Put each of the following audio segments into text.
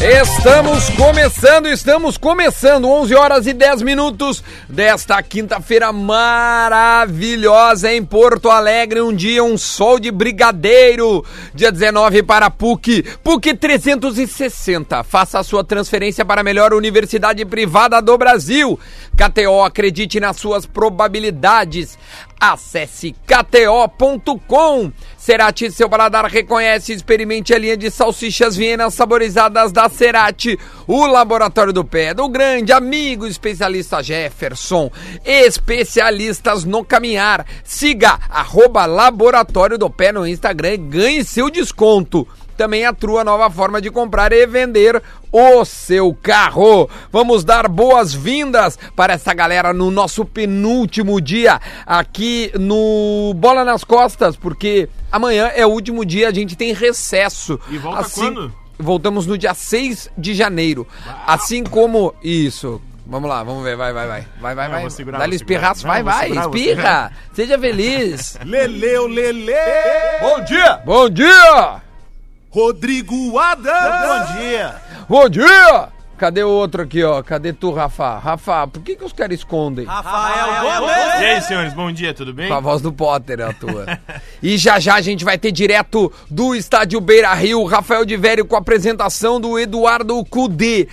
Estamos começando, estamos começando, 11 horas e 10 minutos desta quinta-feira maravilhosa em Porto Alegre, um dia um sol de brigadeiro, dia 19 para PUC, PUC 360, faça a sua transferência para a melhor universidade privada do Brasil, KTO, acredite nas suas probabilidades, acesse kto.com, Cerati, seu paladar reconhece, experimente a linha de salsichas vienas saborizadas da Cerati, o laboratório do pé é do grande amigo especialista Jefferson, especialistas no caminhar. Siga arroba laboratório do pé no Instagram e ganhe seu desconto. Também a Trua nova forma de comprar e vender o seu carro. Vamos dar boas-vindas para essa galera no nosso penúltimo dia aqui no Bola nas Costas, porque amanhã é o último dia, a gente tem recesso. Assim E volta quando? Voltamos no dia 6 de janeiro. Assim como isso. Vamos lá, vamos ver, vai, vai, vai. Vai, vai, Não, vai. vou segurar, Dá-lhe vou segurar. espirraço, vai, Não, vou vai, segurar, vou espirra. Seja feliz. Leleu, Lele! Bom dia! Bom dia! Rodrigo Adams! Bom dia! Bom dia! Cadê o outro aqui, ó? Cadê tu, Rafa? Rafa, por que, que os caras escondem? Rafael E Gomes! aí, senhores, bom dia, tudo bem? Com a voz do Potter, é a tua. e já já a gente vai ter direto do estádio Beira Rio, Rafael de Vério com a apresentação do Eduardo Cudê.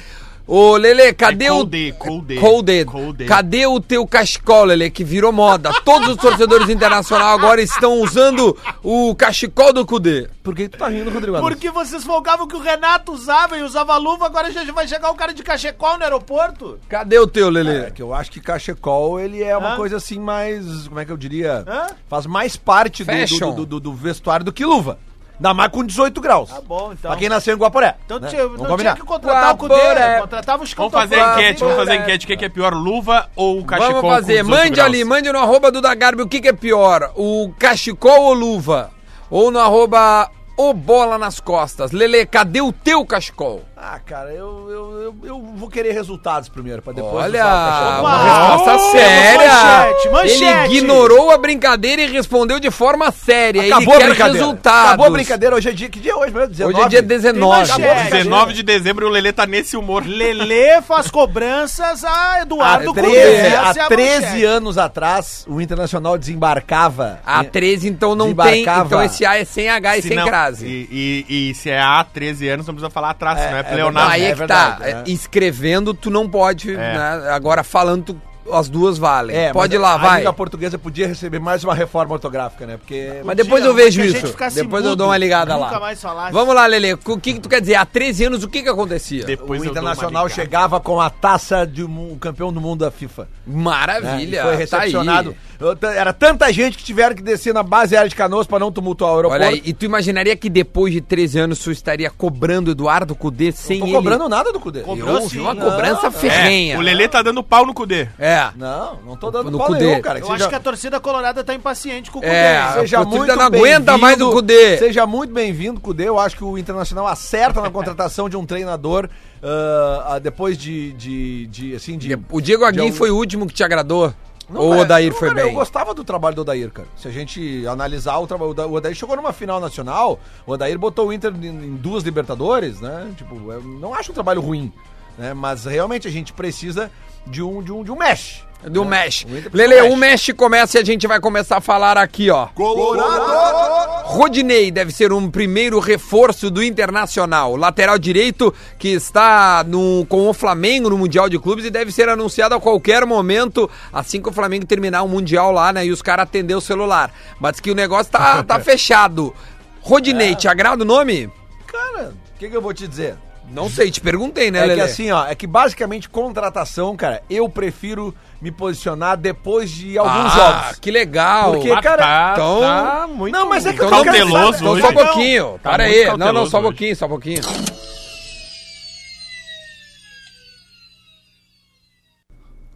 Ô, Lele, cadê o. Coudé, Coudé. Coudé. Coudé. Cadê o teu cachecol, Lele, que virou moda? Todos os torcedores internacionais agora estão usando o cachecol do Cudê. Por que tu tá rindo, Rodrigo? Adams? Porque vocês folgavam que o Renato usava e usava luva, agora já vai chegar um cara de cachecol no aeroporto? Cadê o teu, Lele? É que eu acho que cachecol, ele é uma Hã? coisa assim mais, como é que eu diria? Hã? Faz mais parte do, Fashion. do, do- do- do vestuário do que luva. Ainda mais com 18 graus. Tá bom, então. Pra quem nasceu em Guaporé. Então né? tinha, Vamos não tinha combinar. que contratar o Cudê, né? Guaporé. contratava os Vamos fazer cantores. a enquete, vamos fazer a né? enquete. O que é, que é pior, luva ou cachecol? Vamos fazer. com 18 Mande graus? ali, mande no arroba do Dagarbi o que, que é pior, o cachecol ou luva? Ou no arroba o bola nas costas. Lele, cadê o teu cachecol? Ah, cara, eu, eu, eu, eu vou querer resultados primeiro, pra depois... Olha, usar o cachecol. uma Opa! resposta Ô, séria. manchete, manchete. Ele ignorou a brincadeira e respondeu de forma séria. Ele Acabou a quer brincadeira. resultados. Acabou a brincadeira. Hoje é dia... Que dia é hoje mesmo? 19? Hoje é dia Tem 19. manchete. 19 de dezembro e o Lelê tá nesse humor. Lelê. Lelê faz cobranças a Há Eduardo 13, Essa é há a 13 manchete. anos atrás, o Internacional desembarcava... né? A em- 13, então não tem. Desembarcava. Então esse A é sem H e Se sem não- crase. E, e- e se é A, 13 anos, não precisa falar atrás, não é, é pleonasmo. aí é, é que verdade, tá. né? Escrevendo, tu não pode. né? Agora falando, tu- as duas valem. É, pode ir mas lá, a vai. Liga Portuguesa podia receber mais uma reforma ortográfica, né? Porque Mas depois eu vejo Porque a isso. gente ficasse Depois eu mudo, dou uma ligada nunca lá. mais falasse. Vamos lá, Lele. O que, que tu quer dizer? Há 13 anos, o que que acontecia? Depois o eu dou uma Internacional ligada. chegava com a taça de mu- um campeão do mundo da FIFA. né? Maravilha. E foi tá aí. recepcionado. Eu t- Era tanta gente que tiveram que descer na base aérea de Canoas pra não tumultuar o aeroporto. Olha aí, e tu imaginaria que depois de 13 anos tu estaria cobrando Eduardo Cudê sem não tô ele? cobrando um nada do Cudê. Eu Cobrou ouvi sim. uma Não, cobrança ferrenha. É, o Lelê tá dando pau no Cudê. É. Não, não tô dando No pau Cudê. nenhum, cara. Eu Seja- acho que a torcida colorada tá impaciente com o Cudê. É, hein? a Seja torcida muito não aguenta bem-vindo. mais o Cudê. Seja muito bem-vindo, Cudê. Eu acho que o Internacional acerta na contratação de um treinador ah, ah, depois de, de, de, assim, de... O Diego Aguirre de um- foi o último que te agradou? Não, Ou o cara, Odair não, foi cara, bem? Eu gostava do trabalho do Odair, cara. Se a gente analisar o trabalho. O Odair chegou numa final nacional, o Odair botou o Inter em em duas Libertadores, né? Tipo, eu não acho um trabalho ruim, né? Mas realmente a gente precisa de um, de um, de um mesh. Do Mesh. O Inter precisa Lele, do o Mesh começa e a gente vai começar a falar aqui, ó. Rodinei deve ser um primeiro reforço do Internacional. O Lateral direito que está no- com o Flamengo no Mundial de Clubes e deve ser anunciado a qualquer momento, assim que o Flamengo terminar o Mundial lá, né? E os caras atender o celular. Mas que o negócio tá, tá fechado. Rodinei, É. te agrada o nome? Cara, o que, que eu vou te dizer? Não sei, te perguntei, né, É que Lele? assim, ó, é que basicamente contratação, cara, eu prefiro me posicionar depois de alguns ah, jogos. que legal. Porque, cara, tá, então- tá muito... Não, mas é que Então eu não tô cansado. teloso Então hoje. só um pouquinho. Tá Para muito aí. Não, não, cauteloso só um hoje. pouquinho, só um pouquinho.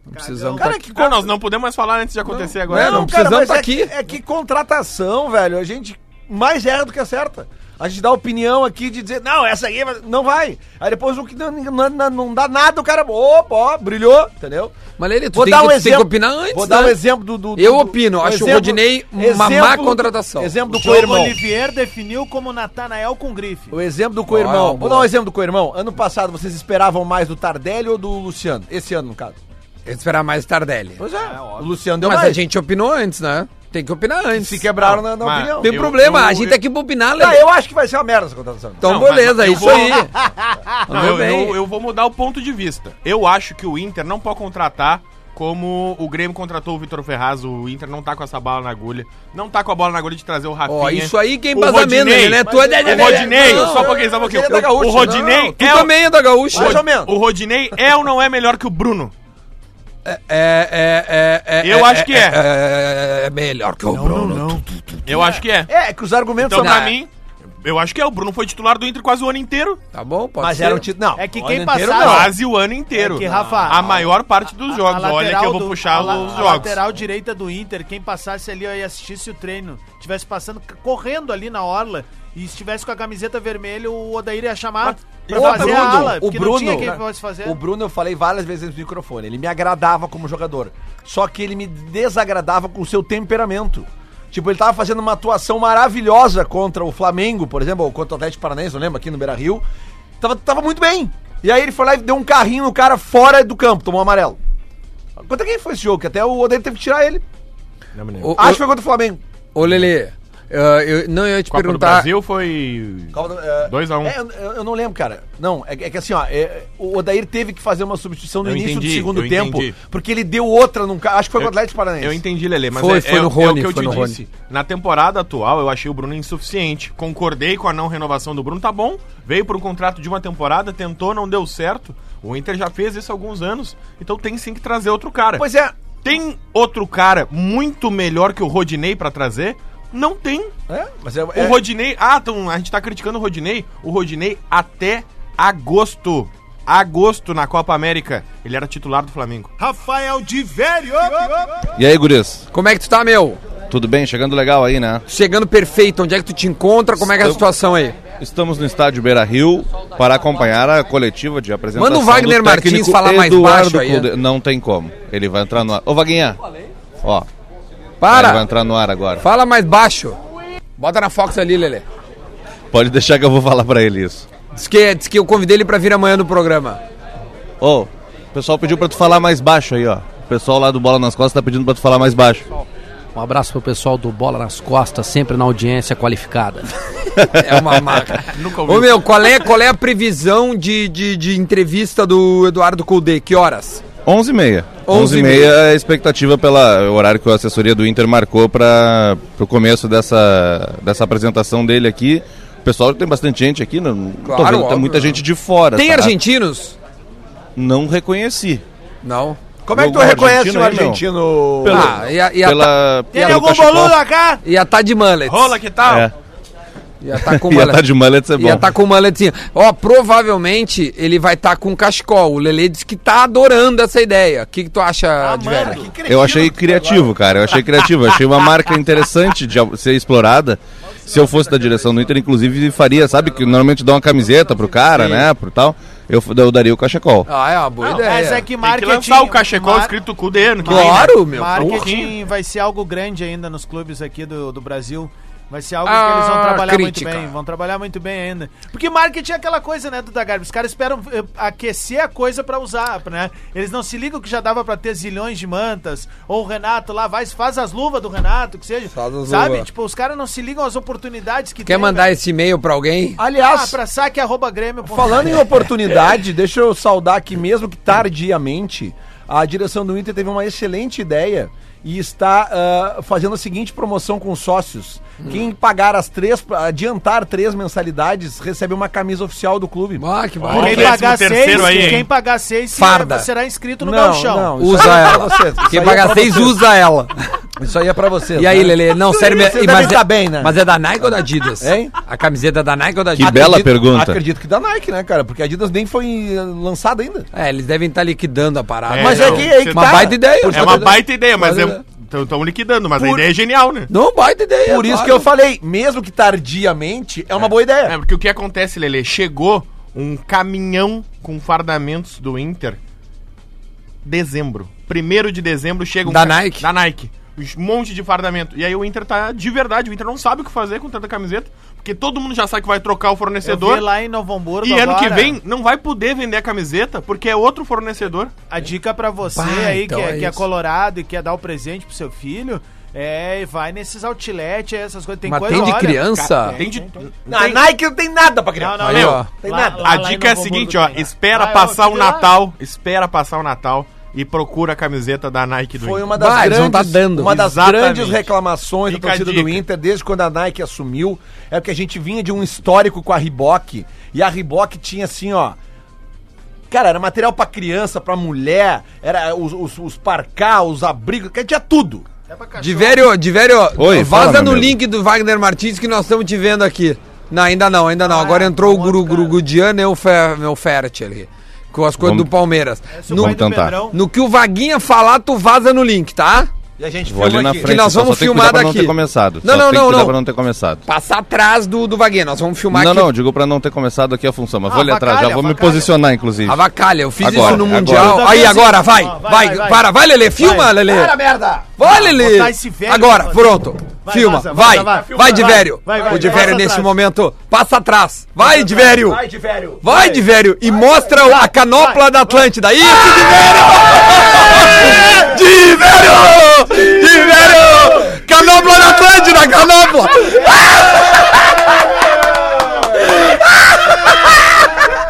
Não precisamos. Cara, tá- que Ah, nós não podemos mais falar antes de acontecer agora. não cara, precisamos mas tá é que- aqui. É que contratação, velho, a gente mais erra do que acerta. A gente dá opinião aqui de dizer, não, essa aí vai- não vai. Aí depois o que não, não- não- não dá nada, o cara, opa, ó, brilhou, entendeu? Mas Lele, tu Vou tem, dar que, um tu tem exemplo. que opinar antes. Vou dar né? um exemplo do. do- Eu do- opino, um acho o Rodinei uma má contratação. Exemplo do o Diogo co-irmão. Olivier definiu como Natanael com grife. O exemplo do Boa, Ah, co-irmão. Vou é boa. dar um exemplo do co-irmão. Ano passado vocês esperavam mais do Tardelli ou do Luciano? Esse ano, no caso. Eu esperar mais Tardelli. Pois é. o Luciano deu Mas a mais. gente opinou antes, né? Tem um que opinar antes. se quebraram na, na Mas- opinião. Tem Eu- problema, eu- a gente eu- tem que opinar, Lele. Ah, eu acho que vai ser uma merda essa contratação. Então, Não, mas- beleza, mas é eu isso vou- aí. Não, Mandou eu, bem. eu- eu vou mudar o ponto de vista. Eu acho que o Inter não pode contratar como o Grêmio contratou o Vitor Ferraz. O Inter não tá com essa bala na agulha. Não tá com a bola na agulha de trazer o Rafinha. Ó, isso aí que é O embasamento, Rodinei. né? Mas- Tu é da- O Rodinei, Não, só um pouquinho, só um pouquinho. Ele é da Gaúcha, o Rodinei Tu é, o- também é da Gaúcha. Mais ou menos. o Rodinei é ou não é melhor que o Bruno? É, é, é, é. Eu acho que é. É, é melhor que o Bruno. Eu acho que é. É, é que os argumentos Então, são. pra não. mim, eu acho que é. O Bruno foi titular do Inter quase o ano inteiro. Tá bom, pode Mas ser. era um título. Não. É que o quem ano inteiro, passar- não. Quase o ano inteiro. É que, Rafa, a maior parte dos jogos. A Olha que eu lateral vou do- puxar a la- os a jogos. lateral direita do Inter, quem passasse ali ó, e assistisse o treino, tivesse passando, c- correndo ali na orla e estivesse com a camiseta vermelha, o Odair ia chamar Mas- Ah, pra O fazer Bruno, a ala, o porque Bruno, não tinha quem fosse fazer. o Bruno eu falei várias vezes no microfone, ele me agradava como jogador, só que ele me desagradava com o seu temperamento. Tipo, ele tava fazendo uma atuação maravilhosa contra o Flamengo, por exemplo, ou contra o Atlético Paranaense, eu lembro, aqui no Beira-Rio. Tava, tava muito bem. E aí ele foi lá e deu um carrinho no cara fora do campo, tomou um amarelo. Contra quem foi esse jogo? Que até o Odeiro teve que tirar ele. Ô, Acho que foi contra o Flamengo. Ô, ô, Lele, ah, eu, não, eu ia te Copa do perguntar. Brasil foi... Copa do- é, 2 a 1. é, eu, eu não lembro, cara. Não, é, que- é que assim, ó, é, o Odair teve que fazer uma substituição no Eu início do entendi, segundo eu tempo, entendi. porque ele deu outra num cara. Acho que foi Eu- o Atlético Paranaense. Eu entendi, Lele, mas Foi, é, foi é- no é Rony, o que eu foi te no disse. Na temporada atual, eu achei o Bruno insuficiente. Concordei com a não renovação do Bruno, tá bom. Veio por um contrato de uma temporada, tentou, não deu certo. O Inter já fez isso há alguns anos, então tem sim que trazer outro cara. Pois é. Tem outro cara muito melhor que o Rodinei pra trazer? Não tem. É, mas é, O Rodinei. Ah, então a gente tá criticando o Rodinei. O Rodinei até agosto. Agosto na Copa América. Ele era titular do Flamengo. Rafael de Velho. E aí, guris? Como é que tu tá, meu? Tudo bem? Chegando legal aí, né? Chegando perfeito, onde é que tu te encontra? Como é que é a Eu- situação aí? Estamos no estádio Beira Rio para acompanhar a coletiva de apresentação. Manda o Wagner do Martins técnico falar mais Eduardo baixo aí, né? Cudê. Não tem como. Ele vai entrar no ar. Ô, Vaguinha. Ó, ele vai Para! entrar no ar agora. Fala mais baixo. Bota na Fox ali, Lele. Pode deixar que eu vou falar pra ele isso. Diz que, diz que eu convidei ele pra vir amanhã no programa. Ô, o pessoal pediu pra tu falar mais baixo aí, ó. O pessoal lá do Bola nas Costas tá pedindo pra tu falar mais baixo. Um abraço pro pessoal do Bola nas Costas, sempre na audiência qualificada. É uma marca. Nunca ouvi. Ô, meu, qual é, qual é a previsão de, de, de entrevista do Eduardo Coudet? Que horas? 11 e meia. 11 e e meia. meia é a expectativa pelo horário que a assessoria do Inter marcou para o começo dessa, dessa apresentação dele aqui. O pessoal tem bastante gente aqui, não Claro, tô vendo, óbvio, tem muita né? gente de fora. Tem tá? argentinos? Não reconheci. Não. Como é que tu Jogo reconhece argentino um aí, meu. argentino? Pelo- Ah, e a, e a, ta- Pela, Tem pelo algum cachecol. boludo aqui? e a tá de mullet. Rola, que tal? É. E a tá com Ia tá mullet. de mullets é bom. Ia tá com mulletzinha. Ó, provavelmente ele vai estar com cachecol. O Lele diz que tá adorando essa ideia. O que, que tu acha, de velho? Eu achei criativo, cara. Eu achei criativo. Eu achei uma marca interessante de al- ser explorada. Se eu fosse da direção do Inter, inclusive, faria, sabe? Que normalmente dá uma camiseta pro cara, né? Pro tal. Eu, f- eu daria o cachecol. Ah, é uma boa ideia. Mas é que Tem que marketing... lançar o cachecol mar- escrito Cudê no que vem, né? Claro, meu. Marketing vai ser algo grande ainda nos clubes aqui do, do Brasil. Vai ser algo Ah, que eles vão trabalhar crítica. muito bem. Vão trabalhar muito bem ainda. Porque marketing é aquela coisa, né, Duda Garbi? Os caras esperam eh, aquecer a coisa pra usar, né? Eles não se ligam que já dava pra ter zilhões de mantas. Ou o Renato lá vai, faz as luvas do Renato, que seja. Faz as sabe? luvas. Tipo, os caras não se ligam às oportunidades que Quer mandar velho. esse e-mail pra alguém? Ah, Aliás, pra saque, arroba grêmio. falando em oportunidade, deixa eu saudar aqui mesmo que tardiamente, a direção do Inter teve uma excelente ideia e está ah, fazendo a seguinte promoção com os sócios. Hum. Quem pagar as três, adiantar três mensalidades, recebe uma camisa oficial do clube. Ah, que Ó, bacana. Quem Décimo pagar seis, terceiro aí, hein? quem pagar seis Farda. será inscrito no Não, galchão. não. Usa Isso aí é pra ela. vocês, isso Quem aí é paga pra seis, vocês. usa ela. Isso aí é pra vocês. E aí, né? Lele? Não, sério, Vocês e- devem mas, tá é, bem, né? mas é da Nike ou da Adidas? Hein? A camiseta é da Nike ou da Que Adidas? bela pergunta. Acredito que da Nike, né, cara? Porque a Adidas nem foi eh, lançada ainda. É, eles devem estar liquidando a parada. É, Mas né? é que- é que Uma tá. baita ideia. Por É uma baita ideia, mas Mas é, é- Estão liquidando, mas a ideia é genial, né? Não, baita ideia. Por isso que eu falei, mesmo que tardiamente, é uma boa É, ideia. porque o que acontece, Lele? Chegou um caminhão com fardamentos do Inter. Dezembro. Primeiro de dezembro chega um. Da ca- Nike? Da Nike. Um monte de fardamento. E aí o Inter tá de verdade. O Inter não sabe o que fazer com tanta camiseta. Porque todo mundo já sabe que vai trocar o Eu fornecedor. vi lá em Novo Hamburgo E ano que agora. vem não vai poder vender a camiseta porque é outro fornecedor. A dica pra você Bah, aí então que, é, é que é isso. colorado e quer dar o presente pro seu filho, é, vai nesses outlet, é, essas coisas. Tem Mas coisa, tem de olha, criança? Tem de. A Nike não tem nada pra Não, criar. não, Aí, não. ó. Tem Lá- nada. lá A em dica é a Novo seguinte, ó. Hamburgo tem lá. Espera Vai, ó, passar o tira lá. Natal. Espera passar o Natal e procura a camiseta da Nike do Foi Inter. uma das Vai, eles não grandes, tá dando. Uma das Exatamente. grandes reclamações Fica da torcida a dica. do Inter, desde quando a Nike assumiu, é que a gente vinha de um histórico com a Reebok. E a Reebok tinha assim, ó. Cara, era material pra criança, pra mulher, era os, os, os parcar, os abrigos, que tinha tudo. De velho, de velho, Oi, vaza fala, no meu amigo. link do Wagner Martins que nós estamos te vendo aqui. Não, ainda não, ainda não. Agora Ah, entrou o outro Guru cara. Guru Gudiano e o Fer- meu Fert ali. Com as coisas Vamos- do Palmeiras. Esse é o No, pai do tentar. Pedrão. no que o Vaguinha falar, tu vaza no link, tá? E a gente Vou ali na aqui. frente. nós só- vamos só tem que filmar cuidar pra não daqui. ter começado. Só Não, não, tem que não, cuidar não. pra não ter começado. Passar atrás do, do Vaguinha. Nós vamos filmar não, aqui. não, digo pra não ter começado aqui a função, mas Ah, vou ali atrás, já avacalha, vou me avacalha. posicionar, inclusive. A vacalha, eu fiz Agora, isso no agora. Mundial. Tá Aí, vendo? agora, vai, Ó, vai, vai, vai, vai. para, vai, Lele, filma, Lele. merda! Vai, Lele. botar esse velho Agora, pra fazer. pronto. Vai, filma, vaza, vai, vaza, vai, vai, filma, de vai. velho. Vai, vai, o de vai, velho passa nesse atrás. momento passa atrás. Vai, de velho. de velho! Vai, de velho, e mostra a canopla da Atlântida. Isso, de velho! De velho! De velho! Canopla da Atlântida, canopla!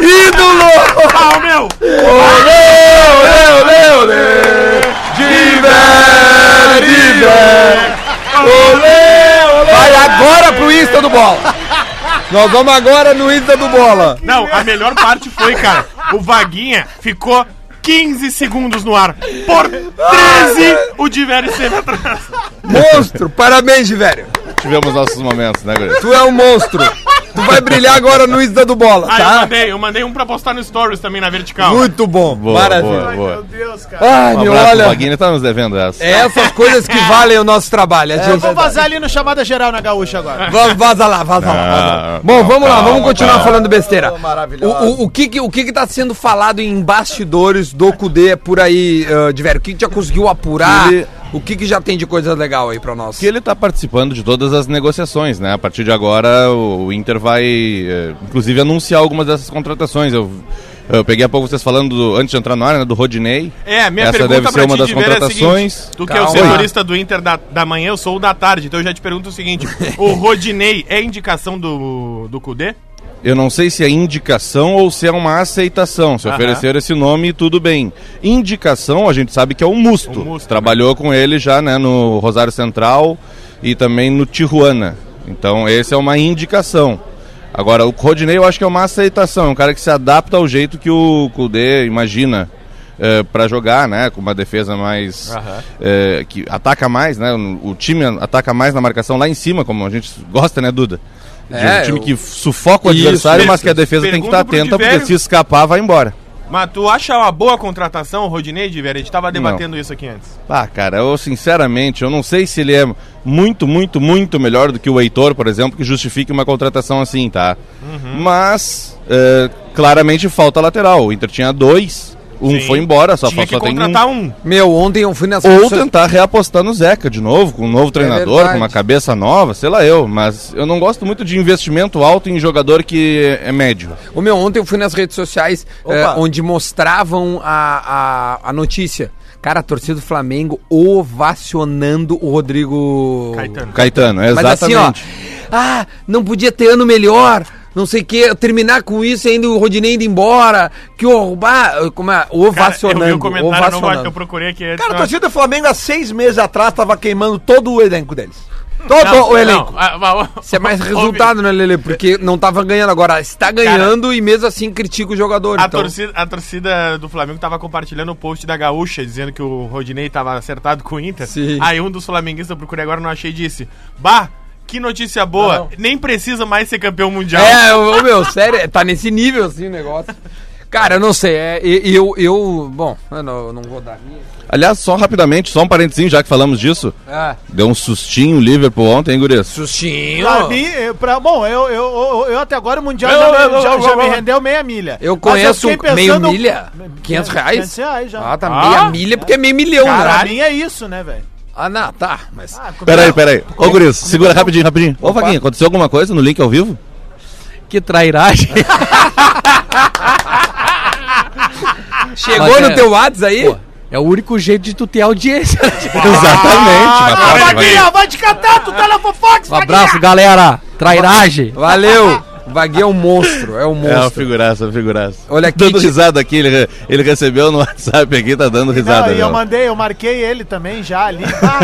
Ídolo! Ah, meu! Olê, olê, olê! De velho, de velho! Olê, olê! Vai agora pro Insta do Bola. Nós vamos agora no Insta do Bola. Não, a melhor parte foi, cara, o Vaguinha ficou 15 segundos no ar. Por 13, o Diverio esteve atrás. Monstro, parabéns, velho. Tivemos nossos momentos, né, Guri? Tu é um monstro. Tu vai brilhar agora no Insta do Bola, Ah, eu tá? mandei, eu mandei um pra postar no Stories também, na vertical. Muito bom. Boa, Maravilha. boa, boa. Deus, cara. Ai, Um meu, abraço, olha. Vaguinho, tá nos devendo essa. É essas coisas que valem o nosso trabalho. A gente- Vamos vazar ali no Chamada Geral na Gaúcha agora. Va- Vaza lá, vaza lá. vaza lá. Ah, Bom, calma, vamos lá, calma, vamos continuar calma. falando besteira. Oh, maravilhosa. O, o, o que que, o que que tá sendo falado em bastidores do Cudê por aí, ah, de velho? O que que já conseguiu apurar? Ele- O que que já tem de coisa legal aí pra nós? que ele está participando de todas as negociações, né? A partir de agora o o Inter vai, eh, inclusive, anunciar algumas dessas contratações. Eu, eu peguei há pouco vocês falando, do- antes de entrar no ar, né, do Rodinei. É, minha Essa pergunta deve ser pra uma ti, das Diverio, é a contratações. seguinte, tu que é o Calma. setorista do Inter da, da manhã, eu sou o da tarde, então eu já te pergunto o seguinte, o Rodinei é indicação do, do Cudê? Eu não sei se é indicação ou se é uma aceitação. Se Aham. ofereceram esse nome, tudo bem. Indicação, a gente sabe que é o Musto. O Musto. Trabalhou com ele já né, no Rosário Central e também no Tijuana. Então, essa é uma indicação. Agora, o Rodinei eu acho que é uma aceitação. É um cara que se adapta ao jeito que o Kudê imagina para jogar, né? Com uma defesa mais... eh, que ataca mais, né? O time ataca mais na marcação lá em cima, como a gente gosta, né, Duda? De É, um time eu- que sufoca o Isso, adversário, isso. mas que a defesa tem que estar Pergunta pro atenta, Diverio. porque se escapar, vai embora. Mas tu acha uma boa contratação, o Rodinei, Diverio? A gente tava debatendo isso aqui antes. Ah, cara, eu sinceramente, eu não sei se ele é muito, muito, muito melhor do que o Heitor, por exemplo, que justifique uma contratação assim, tá? Uhum. Mas, eh, claramente falta lateral. O Inter tinha dois, um Sim. foi embora, só, Tinha falta que só tem um. contratar um. é Meu, ontem eu fui nessa Ou tentar reapostar no Zeca de novo, com um novo treinador, É verdade. com uma cabeça nova, sei lá eu. Mas eu não gosto muito de investimento alto em jogador que é médio. Ô meu, ontem eu fui nas redes sociais Opa. eh, onde mostravam a, a, a notícia. Cara, a torcida do Flamengo ovacionando o Rodrigo Caetano. Caetano, é Mas exatamente. assim, ó. Ah, não podia ter ano melhor. Não sei o que, terminar com isso e ainda o Rodinei indo embora. Que horror. ah, Como é? Ovacionando. Cara, eu vi o comentário, não vai- ovacionando. eu procurei aqui é antes. tá Cara, a não- torcida do Flamengo há seis meses atrás tava queimando todo o elenco deles. Tá Todo Não, o não, elenco. ah, ah, ah, Isso é mais ouve, resultado, né, Lele? Porque não tava ganhando agora. Está ganhando e mesmo assim critica o jogador. A, então. torcida, a torcida do Flamengo tava compartilhando o post da Gaúcha, dizendo que o Rodinei tava acertado com o Inter. Sim. Aí um dos flamenguistas, eu procurei agora, não achei, disse: Bah, que notícia boa, nem precisa mais ser campeão mundial. tá É, ô, meu, sério, tá nesse nível assim o negócio. Cara, eu não sei. é, e- eu, eu. Bom, eu não, eu não vou dar minha. Aliás, só rapidamente, só um parentezinho, já que falamos disso. Ah, Deu um sustinho o Liverpool ontem, hein, gurias? sustinho. Pra mim, eh, pra- bom, eu, eu, eu, eu até agora o Mundial Não, já, não, me- não, já- não, já não, me não. rendeu meia milha. Eu Mas conheço fiquei meio pensando- milha? 500 reais? 500 reais já. Ah, tá. Ah? meia milha porque é meio milhão, Pra né? mim é isso, né, velho? Ah, não, tá. Mas. Ah, como- Peraí, peraí. Ô, Gurias, segura rapidinho, rapidinho. Ô, Opa. Vaguinha, aconteceu alguma coisa no link ao vivo? Que trairagem. Chegou Mas no é- teu WhatsApp aí? Pô, é o único jeito de tu ter audiência. Exatamente. mas pode, vai. Vaguinha, vai te catar, tu tá na Fofox, Um abraço, galera. Trairagem. Valeu! O Vaguinho é um monstro, é um É uma monstro. figuraça, uma figuraça. Olha aqui, Dando ti- risada aqui, ele, re- ele recebeu no WhatsApp aqui, tá dando risada. Não, é e eu meu. mandei, eu marquei ele também já ali. Ah,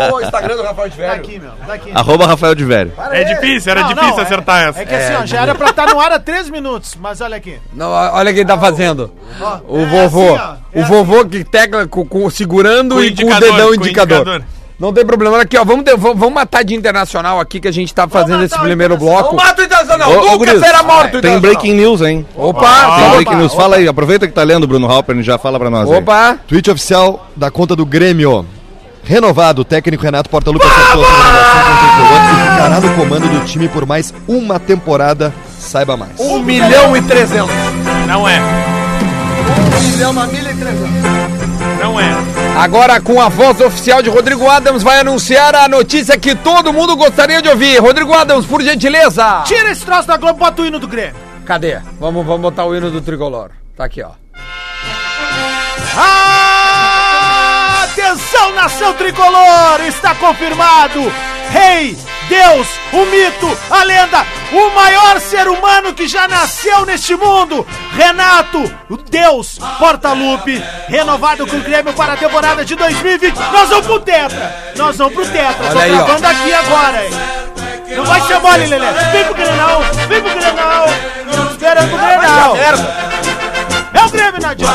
Olha o, Instagram do Rafael de tá Velho. aqui, meu. Tá aqui. Arroba Rafael de Velho. É difícil, era Não, difícil não, é- acertar essa. É que assim, ó, já era pra estar no ar há três minutos, mas olha aqui. Não, ó, olha quem tá fazendo. O é vovô. assim, ó, é o vovô que tecla com, com- segurando Com e com o indicador, dedão com indicador. indicador. Não tem problema. Olha Aqui, ó, vamos, de- vamos vamos matar de internacional aqui que a gente tá fazendo esse matar o primeiro bloco. Mata o Internacional! Ô, ô, Nunca Gurias, será morto o Tem Internacional. breaking news, hein? então, Ah, Opa! Tem tem- breaking news. Fala aí, aproveita que tá lendo, Bruno Halpern, e já fala pra nós. aí. Opa! Tweet oficial da conta do Grêmio. Renovado, o técnico Renato Portaluppi acertou sua renovação com o tricolor e ficará no comando do time por mais uma temporada. Saiba mais. 1 milhão e 300. Não é, 1 milhão, uma milha e 300. não é. Agora com a voz oficial de Rodrigo Adams vai anunciar a notícia que todo mundo gostaria de ouvir. Rodrigo Adams, por gentileza! Tira esse troço da Globo, bota o hino do Grêmio. Cadê? Vamos, vamos botar o hino do tricolor. Tá aqui, ó. Atenção, nação tricolor! Está confirmado! Rei, Deus, o mito, a lenda, o maior ser humano que já nasceu neste mundo! Renato, o Deus, Porta-Lupe, renovado com o Grêmio para a temporada de 2020. Nós vamos pro Tetra! Nós vamos pro Tetra! Tô Olha aí, ó. gravando aqui agora, hein? Não vai ser mole, Lelê! Vem pro Grenal! Vem pro Grenal! Estamos esperando o Grenal! É o Grêmio, Nadia!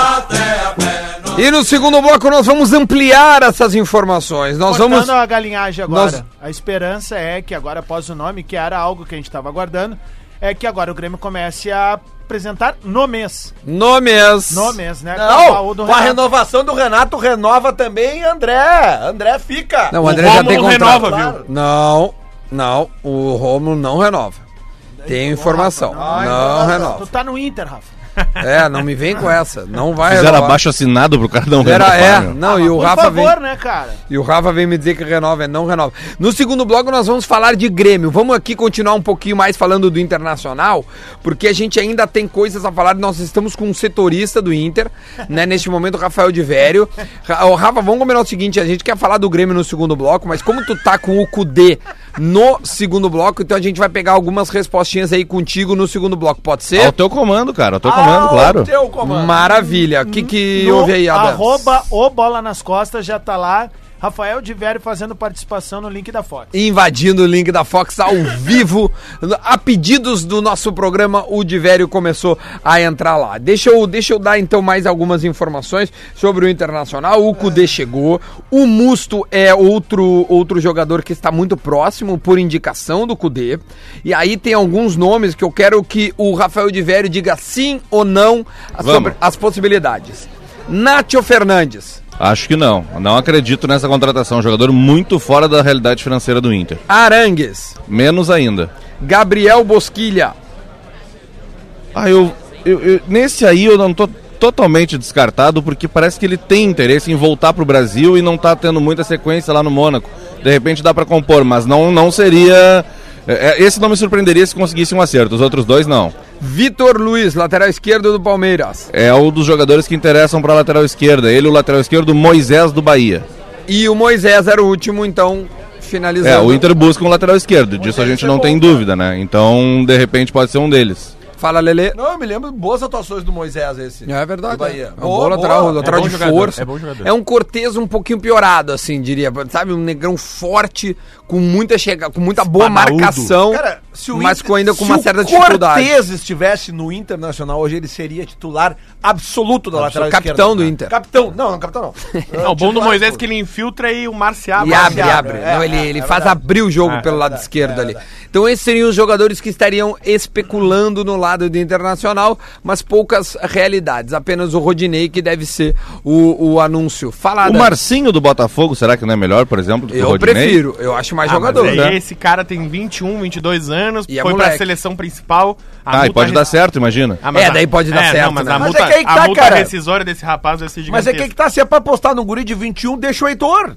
E no segundo bloco nós vamos ampliar essas informações. Nós Cortando vamos. a galinhagem agora. Nós- A esperança é que agora, após o nome, que era algo que a gente estava aguardando, é que agora o Grêmio comece a apresentar no mês. Nomes. No mês, né? Não, do com a renovação do Renato, renova também André. André fica. Não, o O André já tem Rômulo contrato. renova, viu? Não, não, o Romulo não renova. Tem informação. Não, Tu renova. tá no Inter, Rafa. É, não me vem com essa. Não vai Fizeram renovar. abaixo assinado pro cara não Era, renovar, é, meu. não, e o Por Rafa vem. favor, né, cara? E o Rafa vem me dizer que renova, é não renova. No segundo bloco nós vamos falar de Grêmio. Vamos aqui continuar um pouquinho mais falando do Internacional, porque a gente ainda tem coisas a falar. Nós estamos com um setorista do Inter, né? Neste momento, o Rafael de Vério. Ra- Ô, Rafa, vamos combinar o seguinte, a gente quer falar do Grêmio no segundo bloco, mas como tu tá com o Cudê no segundo bloco, então a gente vai pegar algumas respostinhas aí contigo no segundo bloco, pode Ao ser? teu comando, cara, ao Ah, teu comando, claro. Teu comando. Maravilha. O que que No houve aí, Adams? arroba o Bola nas Costas já tá lá. Rafael de Vério fazendo participação no link da Fox. invadindo o link da Fox ao vivo. A pedidos do nosso programa, o Divério começou a entrar lá. Deixa eu, deixa eu dar então mais algumas informações sobre o Internacional. O Kudê chegou. O Musto é outro, outro jogador que está muito próximo por indicação do Kudê. E aí tem alguns nomes que eu quero que o Rafael Divério diga sim ou não sobre as possibilidades. Nátio Fernandes. Acho que não. Não acredito nessa contratação. Jogador muito fora da realidade financeira do Inter. Arangues. Menos ainda. Gabriel Bosquilha. Ah, eu, eu, eu- Nesse aí eu não tô totalmente descartado, porque parece que ele tem interesse em voltar pro Brasil e não tá tendo muita sequência lá no Mônaco. De repente dá pra compor, mas não, não seria. é, é, Esse não me surpreenderia se conseguisse um acerto, os outros dois não. Vitor Luiz, lateral esquerdo do Palmeiras. É um dos jogadores que interessam pra lateral esquerda. Ele, o lateral esquerdo, Moisés do Bahia. E o Moisés era o último, então, É, finalizando. o Inter busca um lateral esquerdo, disso a gente não tem dúvida, né? Então, de repente, pode ser um deles. Fala, Lelê. Não, eu me lembro de boas atuações do Moisés esse. É verdade. Do Bahia. É um bom lateral, lateral É de força. É, um Cortez um pouquinho piorado, assim, diria. Sabe, um negrão forte, com muita chega, com muita boa Espadaúdo. marcação, Cara, se o mas Inter- com ainda com se uma o certa Se dificuldade. Cortez estivesse no Internacional hoje, ele seria titular absoluto da lateral capitão esquerda, do né? Inter. Capitão, não, não capitão não. Não, o bom do Moisés é que ele infiltra e o Marcial E abre, abre. é, Não, ele, é, ele é faz verdade. abrir o jogo É, pelo é lado verdade, esquerdo é ali. verdade. Então esses seriam os jogadores que estariam especulando no lado do Internacional, mas poucas realidades. Apenas o Rodinei que deve ser o, o anúncio. Fala, O Dan. Marcinho do Botafogo, será que não é melhor, por exemplo, do que o Eu Rodinei? prefiro, eu acho mais Ah, mas jogador. aí né? Esse cara tem 21, 22 anos, E é foi moleque. pra seleção principal. a Ah, e multa pode re- dar certo, imagina. Ah, mas É, a- daí pode dar certo, mas né? a Mas multa, é que aí a tá, multa cara. rescisória desse rapaz vai ser Mas é gigantesca. que, que tá, se é pra apostar no guri de 21, deixa o Heitor.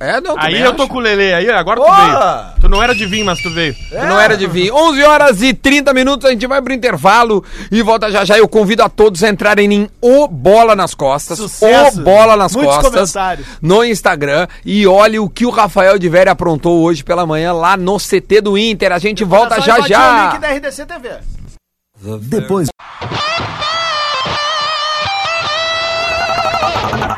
É, não, Aí também eu acho. tô com o Lele, aí agora Porra! É. tu veio. Tu não era de vinho, mas tu veio. Tu Não era de vir. 11 horas e 30 minutos, a gente vai pro intervalo e volta já já. Eu convido a todos a entrarem em O Bola nas Costas. Sucesso. O Bola nas Muitos Costas. comentários. No Instagram. E olhe o que o Rafael de Vera aprontou hoje pela manhã lá no CT do Inter. A gente volta Só já invadir já. o link da RDC TV. Depois.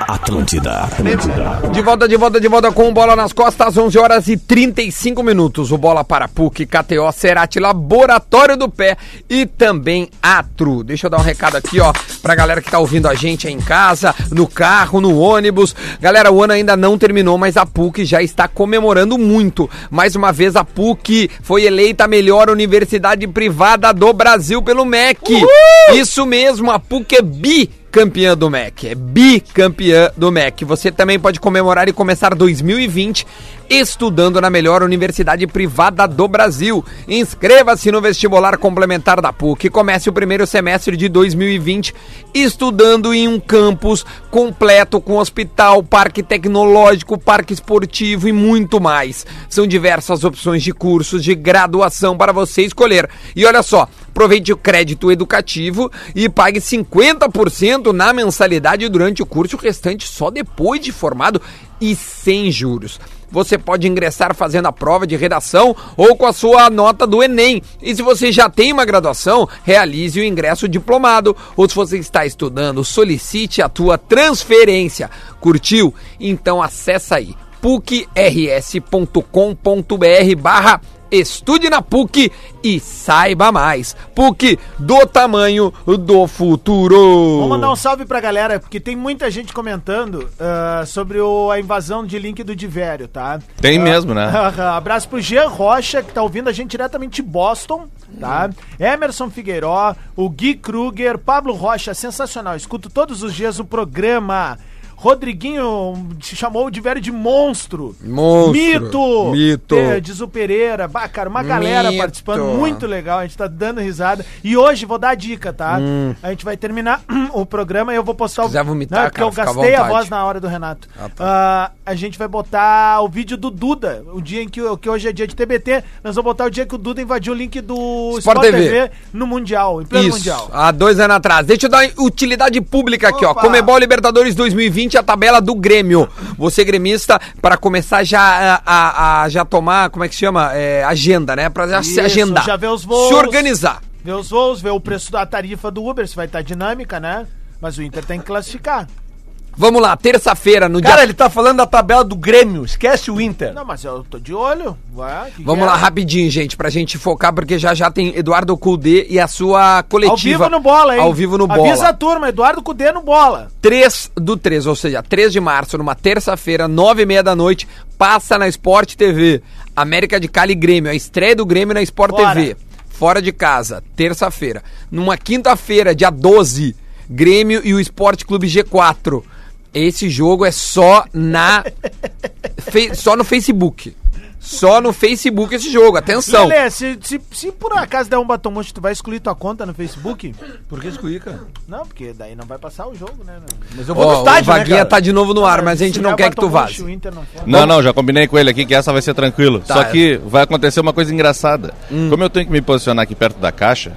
Atlântida, Atlântida. De volta, de volta, de volta com o Bola nas Costas, às 11 horas e 35 minutos. O Bola para PUC, KTO, Cerati, Laboratório do Pé e também Atru. Deixa eu dar um recado aqui, ó, pra galera que tá ouvindo a gente aí em casa, no carro, no ônibus. Galera, o ano ainda não terminou, mas a PUC já está comemorando muito. Mais uma vez, a PUC foi eleita a melhor universidade privada do Brasil pelo MEC. Isso mesmo, a PUC é bi campeã do MEC, é bicampeã do MEC. Você também pode comemorar e começar 2020 estudando na melhor universidade privada do Brasil. Inscreva-se no vestibular complementar da PUC. Comece o primeiro semestre de 2020 estudando em um campus completo com hospital, parque tecnológico, parque esportivo e muito mais. São diversas opções de cursos de graduação para você escolher. E olha só, Aproveite o crédito educativo e pague 50% na mensalidade durante o curso, o restante só depois de formado e sem juros. Você pode ingressar fazendo a prova de redação ou com a sua nota do Enem. E se você já tem uma graduação, realize o ingresso diplomado. Ou se você está estudando, solicite a tua transferência. Curtiu? Então acessa aí pucrs.com.br barra Estude na PUC e saiba mais. PUC do tamanho do futuro. Vamos mandar um salve pra galera, porque tem muita gente comentando ah, sobre o- a invasão de link do Divério, tá? Tem Ah, mesmo, né? Aham. Abraço pro Jean Rocha, que tá ouvindo a gente diretamente de Boston, tá? Emerson Figueiró, o Gui Kruger, Pablo Rocha, sensacional. Escuto todos os dias o programa. Rodriguinho te chamou o Divério de monstro. Monstro. Mito. Mito. É, Diz o Pereira. Bah, cara, uma galera Mito. participando. Muito legal. A gente tá dando risada. E hoje vou dar a dica, tá? A gente vai terminar o programa e eu vou postar o. Hum. quiser vomitar, porque cara, eu fica à gastei a vontade. voz na hora do Renato. tá. Ah, a gente vai botar o vídeo do Duda, o dia em que, que hoje é dia de TBT. Nós vamos botar o dia que o Duda invadiu o link do Sport TV. no Mundial, em pleno Isso, Mundial. há dois anos atrás. Deixa eu dar utilidade pública aqui, ó. Opa. Comebol Libertadores 2020, a tabela do Grêmio. Você, gremista, para começar já a, a- a- já tomar, como é que chama? É, agenda, né? Pra já se Isso, agendar. já ver os voos. Se organizar. Vê os voos, vê o preço da tarifa do Uber, se vai estar dinâmica, né? Mas o Inter tem que classificar. Vamos lá, terça-feira, no dia Cara, ele tá falando da tabela do Grêmio, esquece o Inter. Não, mas eu tô de olho. Vai, que Vamos que é? lá, rapidinho, gente, pra gente focar, porque já já tem Eduardo Cudê e a sua coletiva. Ao vivo no bola, hein? Ao vivo no Avisa a bola. turma, Eduardo Cudê no bola. 3 do 3, ou seja, 3 de março, numa terça-feira, 9 e meia da noite, passa na Sport TV. América de Cali e Grêmio, a estreia do Grêmio na Sport Fora. TV. Fora de casa, terça-feira. Numa quinta-feira, dia 12, Grêmio e o Esporte Clube G4. Esse jogo é só na. fe- Só no Facebook. Só no Facebook esse jogo, atenção. Lelê, se, se, se por acaso der um batom monte, tu vai excluir tua conta no Facebook? Por que excluir, cara? Não, porque daí não vai passar o jogo, né? Mas eu Ó, vou no o estádio, né, Vaguinha cara? tá de novo no ar, mas a gente Se não der quer que tu batom monte, vaze. O Inter não for. Não, não, já combinei com ele aqui que essa vai ser tranquilo. Tá. Hum. Só que vai acontecer uma coisa engraçada. Como eu tenho que me posicionar aqui perto da caixa,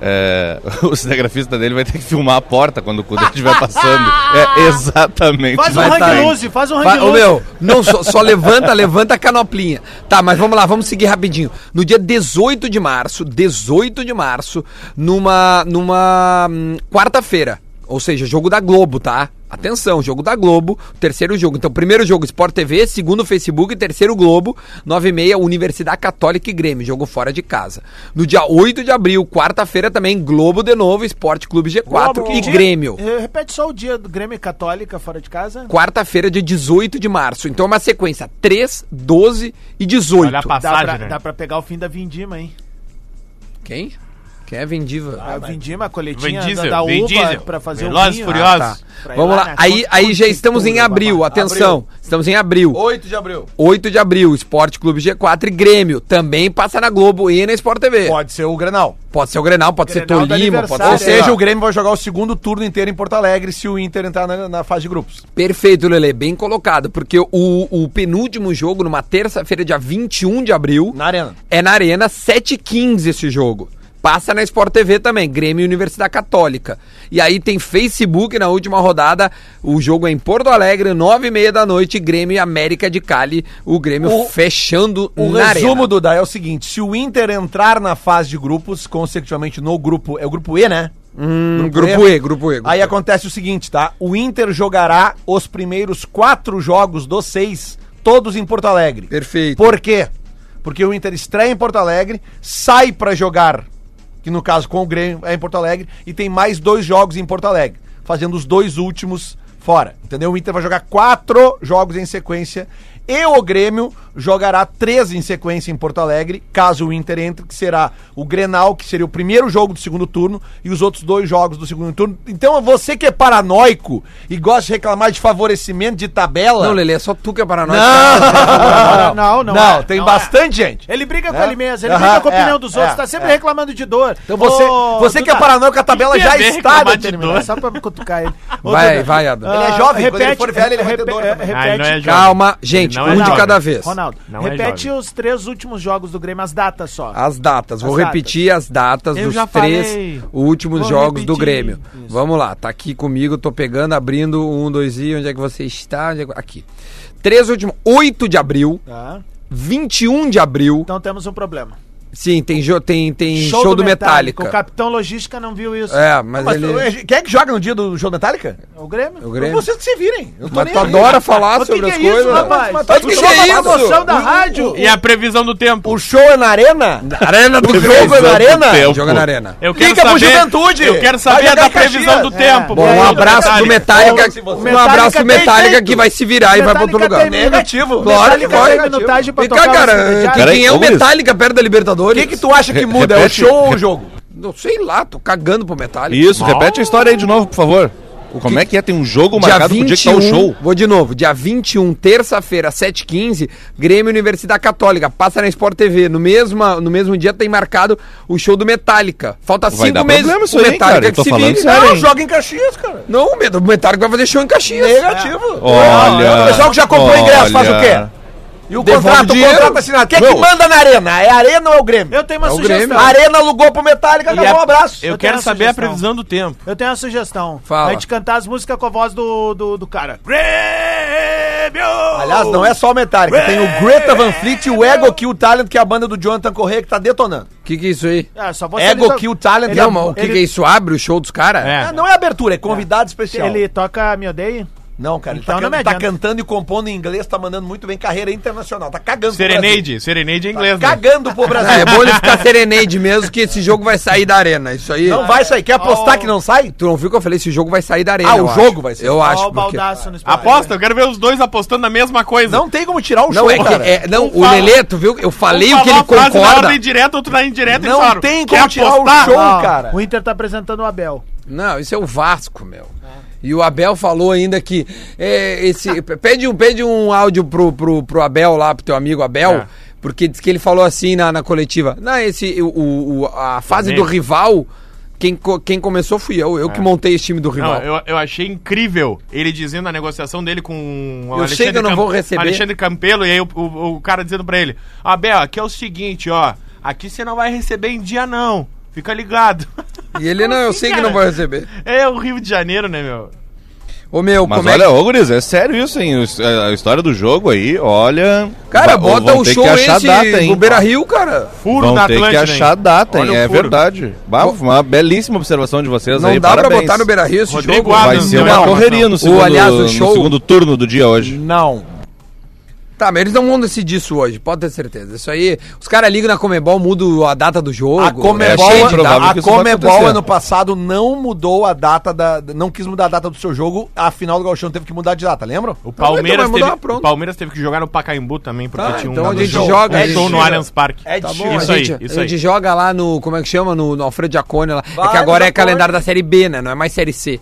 é, o cinegrafista dele vai ter que filmar a porta quando o Cudê estiver passando. É exatamente. Faz um vai tá hang aí. loose, faz um Vai, hang ô loose. meu, não, só, só levanta, levanta a canoplinha. Tá, mas vamos lá, vamos seguir rapidinho. No dia 18 de março, 18 de março, numa, numa hum, quarta-feira, ou seja, jogo da Globo, tá? Atenção, jogo da Globo, terceiro jogo. Então, primeiro jogo Sport TV, segundo Facebook, terceiro Globo, 9 e meia, Universidade Católica e Grêmio, jogo fora de casa. No dia 8 de abril, quarta-feira também, Globo de novo, Esporte Clube G4 e Grêmio. Eh, Repete só o dia do Grêmio e Católica fora de casa. Quarta-feira, dia 18 de março. Então é uma sequência 3, 12 e 18. Olha a Dá passagem, pra, né? dá pra pegar o fim da Vindima, hein? Quem? Quem é Vendiva? a Vindima, a Vem coletinha diesel, da, da vem uva diesel. pra fazer o Velozes vinho. furiosos. Pra ir né? Vamos lá, na aí, Conte- aí já estamos em Conte- abril, atenção, estamos em abril. 8 de abril. 8 de abril, Esporte Clube G4 e Grêmio. Também passa na Globo e na Sport TV. Pode, Pode ser o Grenal. ser o Grenal, pode ser Grenal Tolima, do pode ser. aniversário, Ou Ah, é. seja, o Grêmio vai jogar o segundo turno inteiro em Porto Alegre se o Inter entrar na, na fase de grupos. Perfeito, Lele, bem colocado, porque o, o penúltimo jogo, numa terça-feira, dia 21 de abril, Na arena. é na Arena, 7h15 esse jogo. Passa na Sport TV também, Grêmio e Universidade Católica. E aí tem Facebook na última rodada, o jogo é em Porto Alegre, 9h30 da noite, Grêmio e América de Cali, o Grêmio O- fechando O na resumo, arena. Duda, é o seguinte: se o Inter entrar na fase de grupos, consecutivamente no grupo. É o grupo E, né? Hum, grupo E, grupo E. grupo Aí E. acontece o seguinte, tá? O Inter jogará os primeiros quatro jogos dos seis, todos em Porto Alegre. Perfeito. Por quê? Porque o Inter estreia em Porto Alegre, sai pra jogar, que no caso com o Grêmio é em Porto Alegre, e tem mais dois jogos em Porto Alegre, fazendo os dois últimos fora. Entendeu? O Inter vai jogar quatro jogos em sequência. E o Grêmio jogará três em sequência em Porto Alegre, caso o Inter entre, que será o Grenal, que seria o primeiro jogo do segundo turno, e os outros dois jogos do segundo turno. Então, você que é paranoico e gosta de reclamar de favorecimento de tabela. Ah! Não, Lele, é só tu que é paranoico. Não, não, não. Não, é, tem não é. bastante gente. Ele briga com Né? ele mesmo, ele Aham, briga com a é, opinião dos outros, é, tá sempre é. reclamando de dor. Então você, Ô, você que é Duda, paranoico, a tabela que já ver está reclamar de determinada. dor? Só pra cutucar ele. Ô, Vai, Duda, vai, Adam. Ele é ah, jovem, quando ele for velho, ele vai ter repe- dor é, também. Ah, ele não Repete, é jovem. Calma, gente, Não um é de jovem. cada vez. Ronaldo, Não é repete jovem. os três últimos jogos do Grêmio, as datas só. As datas, vou As datas. repetir as datas Eu dos já três falei. últimos Vou jogos do repetir. Grêmio. Vamos lá, tá aqui comigo, tô pegando, abrindo um, dois e onde é que você está? Onde é que- Aqui. Três últimos, 8 de abril, Tá? 21 de abril. Então temos um problema. Sim, tem, jo- tem, tem show, do Metallica. O capitão logística não viu isso. É, mas, Mas tu- ele. é, quem é que joga no dia do show Metallica? O Grêmio. O Grêmio. Vocês que se virem. Eu tô Mas nem tu aí. adora falar Mas sobre que as que é isso, coisas. rapaz? Mas Mas tu que tu que é joga isso? Emoção da rádio. E a previsão do tempo? O show é na arena? Arena do O Grêmio. jogo é na arena? Tempo. Joga na arena. Eu Liga é pro Juventude. Eu quero Vai saber jogar da em Caxias. previsão do É. tempo. Bom, um Previsão do abraço do Metallica. Bom, Um abraço do Metallica Metallica tem que vai se virar e vai pra outro tá Metallica lugar. tem- Negativo. Claro que Metallica vai. tem minutagem pra Vem tocar cá, você cara. acredita? Quem Peraí, é o ô, Luiz. Metallica perto da O Libertadores? que, que tu acha que Re- muda? É o repete. show ou o jogo? Não sei lá, tô cagando pro Metallica. Isso, repete a história aí de novo, por favor. Como é que é? Tem um jogo Dia marcado pro dia que tá 21, o show. vou de novo, dia 21, terça-feira, 7h15, Grêmio Universidade Católica, passa na Sport TV. No mesmo, no mesmo dia tem marcado o show do Metallica. Falta Vai cinco dar meses problema isso o aí, Metallica cara, eu que tô se falando vire. sério, Não, hein? joga- em Caxias, cara. Não, o Met- o Metallica vai fazer show em Caxias. Negativo. Olha. O pessoal que já comprou o ingresso faz o quê? Olha. E o Devolve contrato, o o dinheiro. contrato assinado. Quem é que Meu. manda na arena? É a arena ou é o Grêmio? Eu tenho uma É o sugestão. Grêmio. A arena alugou pro Metallica, E a- acabou um abraço. Eu Eu tenho quero uma saber a sugestão. previsão do tempo. Eu tenho uma sugestão. Fala. A gente cantar as músicas com a voz do, do, do cara. Aliás, não é só o Metallica, tem o Greta Van Fleet e o Ego Kill Talent, que é a banda do Jonathan Corrêa que tá detonando. O que, que é isso aí? Ah, só você Ego ele to- Kill Talent não, mas o que, ele- que é isso? Abre o show dos caras? É. Ah, não é abertura, é convidado especial. Ele toca Me Odeie? Não, cara, Então ele tá, não me can- tá adianta. cantando e compondo em inglês, tá mandando muito bem, carreira internacional, tá cagando Serenade. Serenade em pro Brasil. inglês, Tá né? cagando pro Brasil. Ah, é bom ele ficar serenade mesmo, que esse jogo vai sair da arena. Isso aí. Não vai sair, quer apostar Ó, que não sai? Tu não viu que eu falei? Esse jogo vai sair da arena. Ah, eu o acho. jogo vai sair. Eu Ó, acho. o porque- baldaço no Spotify. Aposta, eu quero ver os dois apostando na mesma coisa. Não tem como tirar o Não, show, é que. cara. É, não, o fala- Lelê, tu viu? Eu falei o que ele uma frase na concorda. ordem direta, outro na indireta Não falaram, tem "Quer como tirar o apostar?" show, Ó, cara. O Inter tá apresentando o Abel. Não, isso é o Vasco, meu. E o Abel falou ainda que é, esse p- pede um pede um áudio pro, pro, pro Abel lá pro teu amigo Abel, É. porque diz que ele falou assim na, na coletiva. Não, esse o, o- o- a fase do Flamengo. rival quem, co- quem começou fui eu, eu que montei esse time do rival. Não, eu, eu achei incrível ele dizendo a negociação dele com o Eu sei que eu não Cam- vou receber. Alexandre Campelo, e aí o, o- o cara dizendo pra ele: Abel, aqui é o seguinte, ó. Aqui você não vai receber em dia, não. Fica ligado. E ele não, eu sei que não cara? vai receber. É o Rio de Janeiro, né, meu? Ô meu, Mas como é olha, ô Guriz, é sério isso, hein? Os- A história do jogo aí, olha. Cara, Va- bota vão o ter show que achar esse data, hein? do Beira Rio, cara. Furo Vão na ter que Atlântida. hein? achar data, Olha hein? o É furo. verdade. Bah, uma belíssima observação de vocês Não aí. dá pra parabéns. botar no Beira Rio esse Rodrigo jogo. Adams. Vai ser uma Não, correria não. no segundo, aliás, o no show- segundo turno do dia hoje. Não. Tá, mas eles não vão decidir isso hoje, pode ter certeza. Isso aí, os caras ligam na Comebol, mudam a data do jogo. A Comebol, é cheio de improvável. data. a que isso vai Comebol acontecer. ano passado não mudou a data da. Não quis mudar a data do seu jogo, a final do Galchão teve que mudar de data, lembram? O Palmeiras, Então vai mudar, teve, pronto. o Palmeiras teve que jogar no Pacaembu também, porque Tá, tinha um então a dado gente jogo. joga, Um a gente show no joga. Allianz Parque. É Tá de bom, Isso a aí, gente, isso a aí. gente joga lá no, como é que chama, no, no Alfredo Jacone lá. é Vai, que agora é Jacone. calendário da Série B, né, não é mais Série C.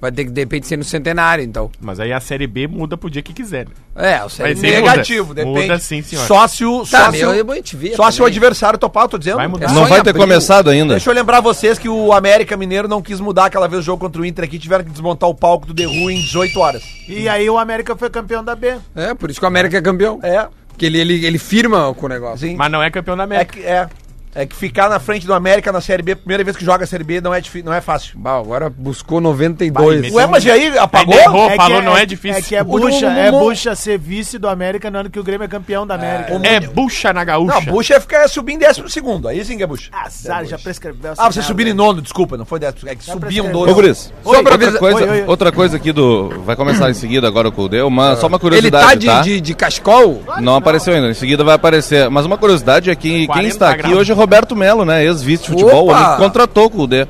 Vai ter que, de repente, ser no Centenário, então. Mas aí a Série B muda pro dia que quiser. né? É, o Série Vai B. ser Negativo, muda. depende. Muda sim, senhor. Só se o. Só, Tá, se, meu, o- eu vou te ver né? só se o também. adversário topar, eu tô dizendo. Vai mudar. É Só Não em vai ter abril. começado ainda. Deixa eu lembrar vocês que o América Mineiro não quis mudar aquela vez o jogo contra o Inter aqui, tiveram que desmontar o palco do The Ru em 18 horas. E aí o América foi campeão da B. É, por isso que o América é campeão. É, Porque ele, ele, ele firma com o negócio. sim. Mas não é campeão da É América. que, é, é que ficar na frente do América na Série B, primeira vez que joga a Série B, não é, difí- não é fácil. Bah, agora buscou 92. Vai, Ué, mas e aí apagou? Aí derrou. Pô, que falou, não é difícil. É que é O bucha, Dudu- é bucha ser vice do América no ano que o Grêmio é campeão da América. É, bucha na gaúcha. Não, bucha é ficar subir em décimo segundo. Aí sim que é bucha. Azar, já prescreveu essa Ah, você merda. subir em nono, desculpa, não foi décimo. É que subiam prescreveu. dois. Ô, Guriz, Oi, só pra outra outra, coisa, oi, oi. outra coisa aqui do. Vai começar em seguida agora o Coldeu, mas só uma Ele tá curiosidade. de, tá? De, de cascol? Não apareceu ainda, em seguida vai aparecer. Mas uma curiosidade é que quem 40 está aqui graus. hoje é Roberto Melo, né? Ex-vice de futebol, Opa! o homem que contratou o Cudê.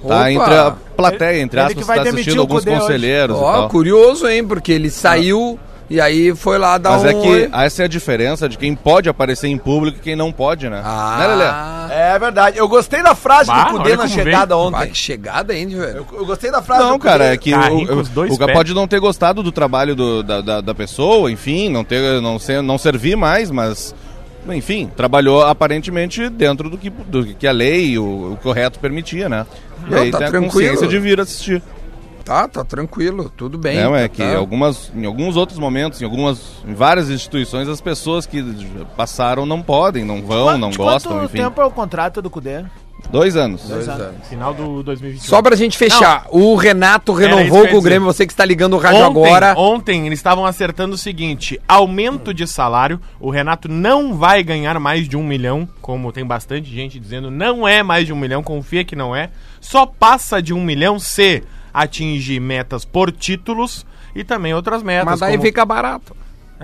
Opa! Tá entre a plateia, entre Ele que aspas, vai está demitir assistindo o alguns Cudê hoje. conselheiros e Ó, tal. curioso, hein? Porque ele saiu e aí foi lá dar Ah. Mas um... é que essa é a diferença de quem pode aparecer em público e quem não pode, né? Né, Lelê? É Ah, É verdade. Eu gostei da frase Bah, do Cudê olha na como chegada Bah, ontem. que chegada, hein, velho? Eu, eu gostei da frase Não, do Cudê. cara, é que Carrinho com o, Tá os dois o, o pés. pode não ter gostado do trabalho do- da, da, da pessoa, enfim, não, ter, não, ser, não servir mais, mas, enfim, trabalhou aparentemente dentro do que, do que a lei, o, o correto permitia, né? E Não, aí tá tem a tranquilo. consciência de vir assistir. Tá, tá tranquilo, tudo bem. Não, é tá- que tá. algumas, em alguns outros momentos, em algumas, em várias instituições, as pessoas que passaram não podem, não vão, Quanto- não de gostam, Quanto enfim. tempo é o contrato do Cudê? Dois anos. Final do 2021. Só pra gente fechar, o Renato Era isso que eu renovou ia com o dizer. Grêmio, você que está ligando o rádio Ontem, agora. ontem eles estavam acertando o seguinte: aumento de salário. O Renato não vai ganhar mais de um milhão, como tem bastante gente dizendo, não é mais de um milhão, confia que não é. Só passa de um milhão se atingir metas por títulos e também outras metas. Mas daí como- fica barato.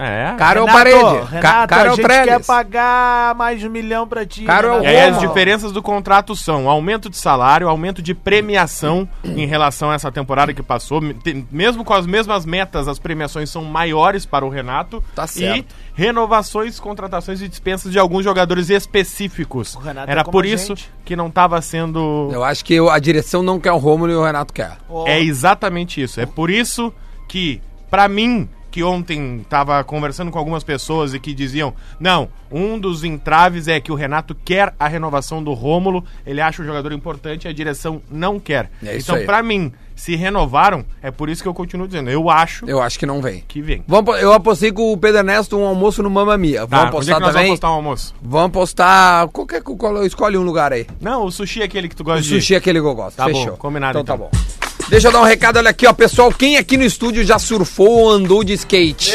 É. Caro é o Renato, parede, Renato, ca- caro é a o gente quer Trellis. pagar mais de um milhão pra ti. Caro é o E aí as Como? diferenças do contrato são aumento de salário, aumento de premiação em relação a essa temporada que passou. Me- te- Mesmo com as mesmas metas, as premiações são maiores para o Renato. Tá certo. E renovações, contratações e dispensas de alguns jogadores específicos. Renato é Era como por a isso gente. que não estava sendo... Eu acho que a direção não quer o Rômulo e o Renato quer. É exatamente isso. É por isso que, pra mim, que ontem tava conversando com algumas pessoas e que diziam: não, um dos entraves é que o Renato quer a renovação do Rômulo, ele acha o jogador importante e a direção não quer. É isso então, aí. pra mim, se renovaram, é por isso que eu continuo dizendo: eu acho Eu acho que não vem. que vem. Tá, Vamos, po- eu apostei com o Pedro Ernesto um almoço no Mamma Mia. Vamos onde é apostar nós também? vamos postar um almoço? Vamos postar qualquer co- qual- escolhe um lugar aí. Não, o sushi é aquele que tu gosta O sushi é aquele que eu gosto. Tá bom, Fechou. combinado, Então, tá então. bom. Deixa eu dar um recado, olha aqui, ó, pessoal. Quem aqui no estúdio já surfou ou andou de skate?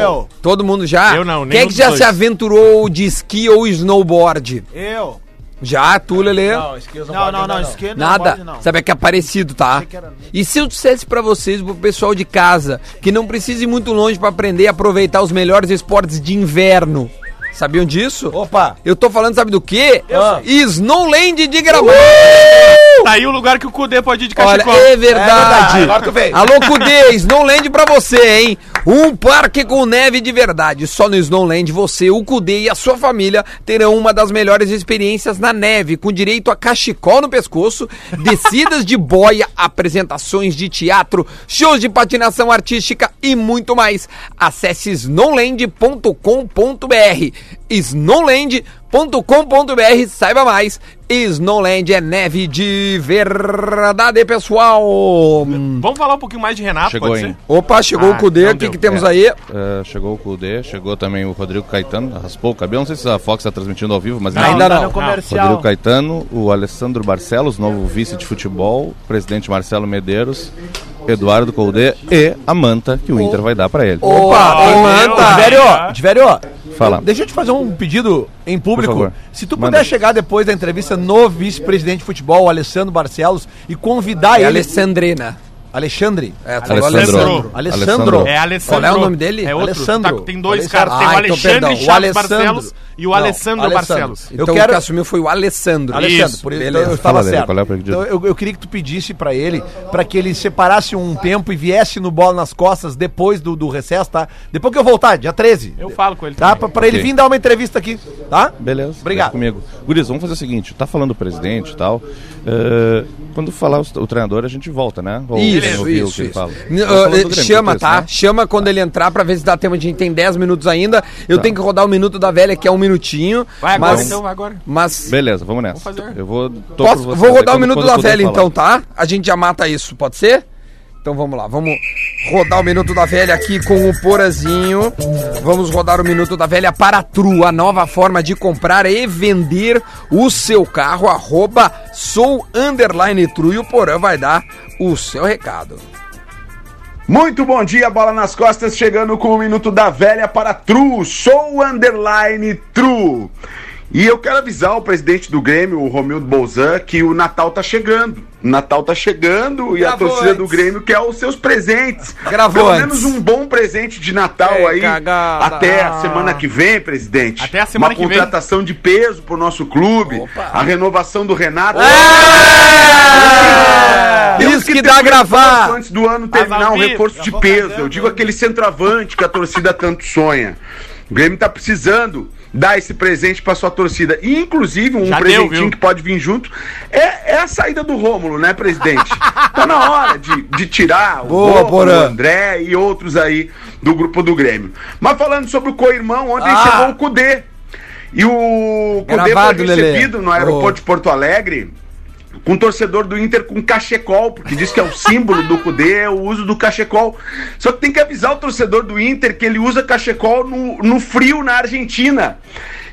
Eu, Todo mundo já? Eu não, Quem é nenhum que dos já dois. se aventurou de esqui ou snowboard? eu. Já, tu, Lelê? Não, não, não, esquerda Nada. não. pode, não. Sabe, é que é parecido, tá? que era- E se eu dissesse pra vocês, pro pessoal de casa, que não precisa ir muito longe pra aprender a aproveitar os melhores esportes de inverno? Sabiam disso? Opa! Eu tô falando, sabe do quê? Ah. Eu Snowland de Gramado. Tá aí o lugar que o Kudê pode ir de Olha, cachecol. é verdade. É verdade, agora tu veio. Alô, Cudê, Snowland pra você, hein? Um parque com neve de verdade. Só no Snowland você, o Cudê e a sua família terão uma das melhores experiências na neve, com direito a cachecol no pescoço, descidas de boia, apresentações de teatro, shows de patinação artística e muito mais. Acesse snowland.com.br. Snowland.com.br, saiba mais. Snowland é neve de verdade, pessoal. Vamos falar um pouquinho mais de Renato, Chegou, pode hein? ser? Opa, chegou Ah, o Cudê, então o que, deu. que temos É. aí? Ah, chegou o Cudê, chegou também o Rodrigo Caetano, raspou o cabelo. Não sei se a Fox está transmitindo ao vivo, mas Ainda tá não. no comercial. Rodrigo Caetano, o Alessandro Barcelos, novo vice de futebol, presidente Marcelo Medeiros, Eduardo Colde e a manta que o Inter vai dar pra ele. Opa, meu Deus, Diverio, cara. Diverio. Fala. Deixa eu te fazer um pedido em Tá. Por público. favor. Se tu puder Manda. chegar depois da entrevista no vice-presidente de futebol, Alessandro Barcelos, e convidar É ele. Alessandrina. Alexandre. É, tu falou Alessandro. Alessandro. Alessandro. tá. É Alessandro. Qual é o nome dele? É outro. Alessandro. Tá, tem dois Alessandro. caras. Tem Ah, o então, Alexandre perdão, Chaves o Alessandro. Barcelos e o Não, Alessandro, Alessandro. Barcelos. Eu Então o quero- que assumiu foi o Alessandro. Alessandro, Isso, por isso beleza. então eu estava Fala, Lele, certo. qual é o pedido? Então, eu, eu queria que tu pedisse pra ele, pra que ele separasse um tempo e viesse no bola nas costas depois do, do recesso, tá? Depois que eu voltar, dia 13. Eu falo com ele Tá? também. Pra, pra ele Ok. vir dar uma entrevista aqui, tá? Beleza. Obrigado. deixa comigo. Guris, vamos fazer o seguinte: tá falando o presidente e tal. eh, quando falar o, o treinador, a gente volta, né? Ou quem Isso, ouviu o isso, que ele isso. fala. N- Tá falando do eh, Grêmio, chama, Cortez, tá? né? Chama quando ele entrar pra ver se dá tempo. A gente tem 10 minutos ainda. Eu tenho que rodar o minuto da velha, que é um minutinho. Vai agora, mas, então, vai agora. Mas Beleza, vamos nessa. fazer. Eu vou. tô posso- por vocês vou aí, rodar o quando- minuto quando da puder velha, falar. então, tá? A gente já mata isso, pode ser? Então vamos lá, vamos rodar o minuto da velha aqui com o Porazinho. Vamos rodar o minuto da velha para a Tru, a nova forma de comprar e vender o seu carro. Arroba sou underline Tru e o Porã vai dar o seu recado. Muito bom dia, bola nas costas, chegando com o minuto da velha para Tru, sou o underline Tru. E eu quero avisar o presidente do Grêmio, o Romildo Bolzan, que o Natal tá chegando. O Natal tá chegando e Gravou a torcida do antes. Grêmio quer os seus presentes. Gravou Pelo antes. menos um bom presente de Natal Que aí cagada. até a semana que vem, presidente. Até a semana Uma que vem. contratação de peso pro nosso clube, a renovação do Renato. É! Temos Isso que ter dá a um gravar. reforço Antes do ano terminar, um Alvir, reforço de peso. Eu digo aquele centroavante que a torcida tanto sonha. O Grêmio tá precisando dar esse presente pra sua torcida. E, inclusive, um Já deu, presentinho viu? que pode vir junto é, é a saída do Rômulo, né, presidente? tá na hora de, de tirar o, Boa, Porã. o André e outros aí do grupo do Grêmio. Mas falando sobre o co-irmão, ontem Ah. chegou o Cudê. E o Cudê Gravado, foi Lelê. recebido no aeroporto de Porto Alegre com um torcedor do Inter com cachecol, porque diz que é o símbolo do Cudê, é o uso do cachecol. Só que tem que avisar o torcedor do Inter que ele usa cachecol no, no frio na Argentina.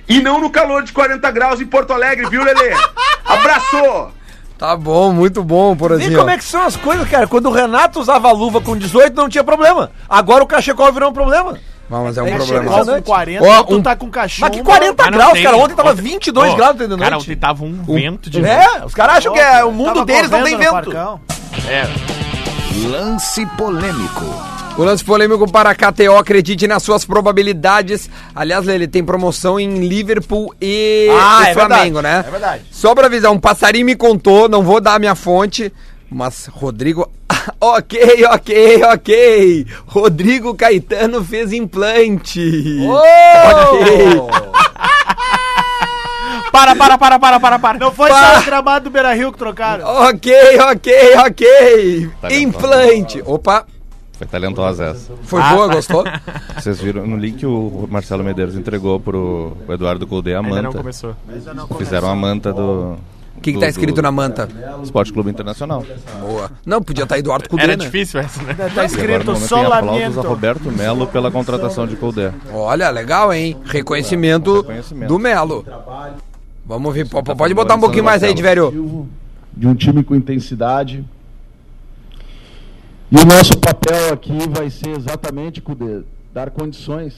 E não no calor de 40 graus em Porto Alegre, viu, Lelê? Abraçou! Tá bom, muito bom, E Porazinho. como é que são as coisas, cara? Quando o Renato usava luva com 18, não tinha problema. Agora o cachecol virou um problema. Não, mas é um Aí problema. chegou com 40, Ó, tu um- tá com cachorro. Mas que 40 Mas não graus, tem. cara? Ontem tava Ontem- 22 Ô, graus dentro da Cara, noite. ontem tava um vento de É, os caras acham que é, o mundo Tava deles não tem correndo no vento. Parcão. Lance polêmico. O lance polêmico para a KTO, acredite nas suas probabilidades. Aliás, ele tem promoção em Liverpool e, Ah, e é Flamengo, verdade, né? é verdade. Só para avisar, um passarinho me contou, não vou dar a minha fonte, mas Rodrigo. ok, ok, ok. Rodrigo Caetano fez implante. Oh! Ok. Para, para, para, para, para, para. Não foi Pá. só o gramado do Beira Rio que trocaram. Ok, ok, ok. Implante. Opa, Foi talentosa essa. foi Ah, boa, tá. gostou? Vocês viram no link o Marcelo Medeiros entregou pro Eduardo Colde a Ainda não manta. começou. Fizeram a manta do. O que, que tá escrito na manta? Esporte Clube Internacional. Boa. Não, podia estar Eduardo Cudê, Era né? difícil essa, né? Tá E agora, no escrito momento, em aplausos a Solamento. Roberto Melo pela contratação de Colde. Olha, legal, hein? Reconhecimento, Reconhecimento. do Melo. Vamos ouvir. po- po- Pode botar um pouquinho mais aí, Diverio. de um time com intensidade. E o nosso papel aqui vai ser exatamente Cudê, dar condições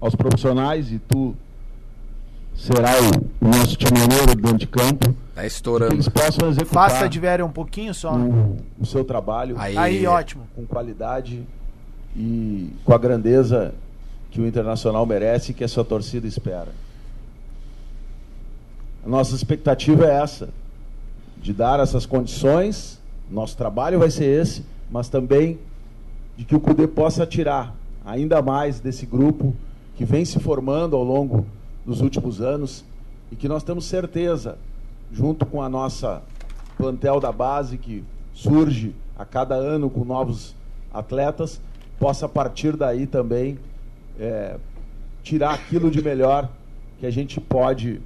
aos profissionais e tu será o, o nosso timonheiro dentro de campo, Tá que estourando. eles possam executar Tá. Faça tiver um pouquinho só. o, o seu trabalho Aí, Aí, ótimo. com qualidade e com a grandeza que o Internacional merece e que a sua torcida espera. A nossa expectativa é essa, de dar essas condições, nosso trabalho vai ser esse, mas também de que o CUDE possa tirar ainda mais desse grupo que vem se formando ao longo dos últimos anos e que nós temos certeza, junto com a nossa plantel da base que surge a cada ano com novos atletas, possa partir daí também eh, tirar aquilo de melhor que a gente pode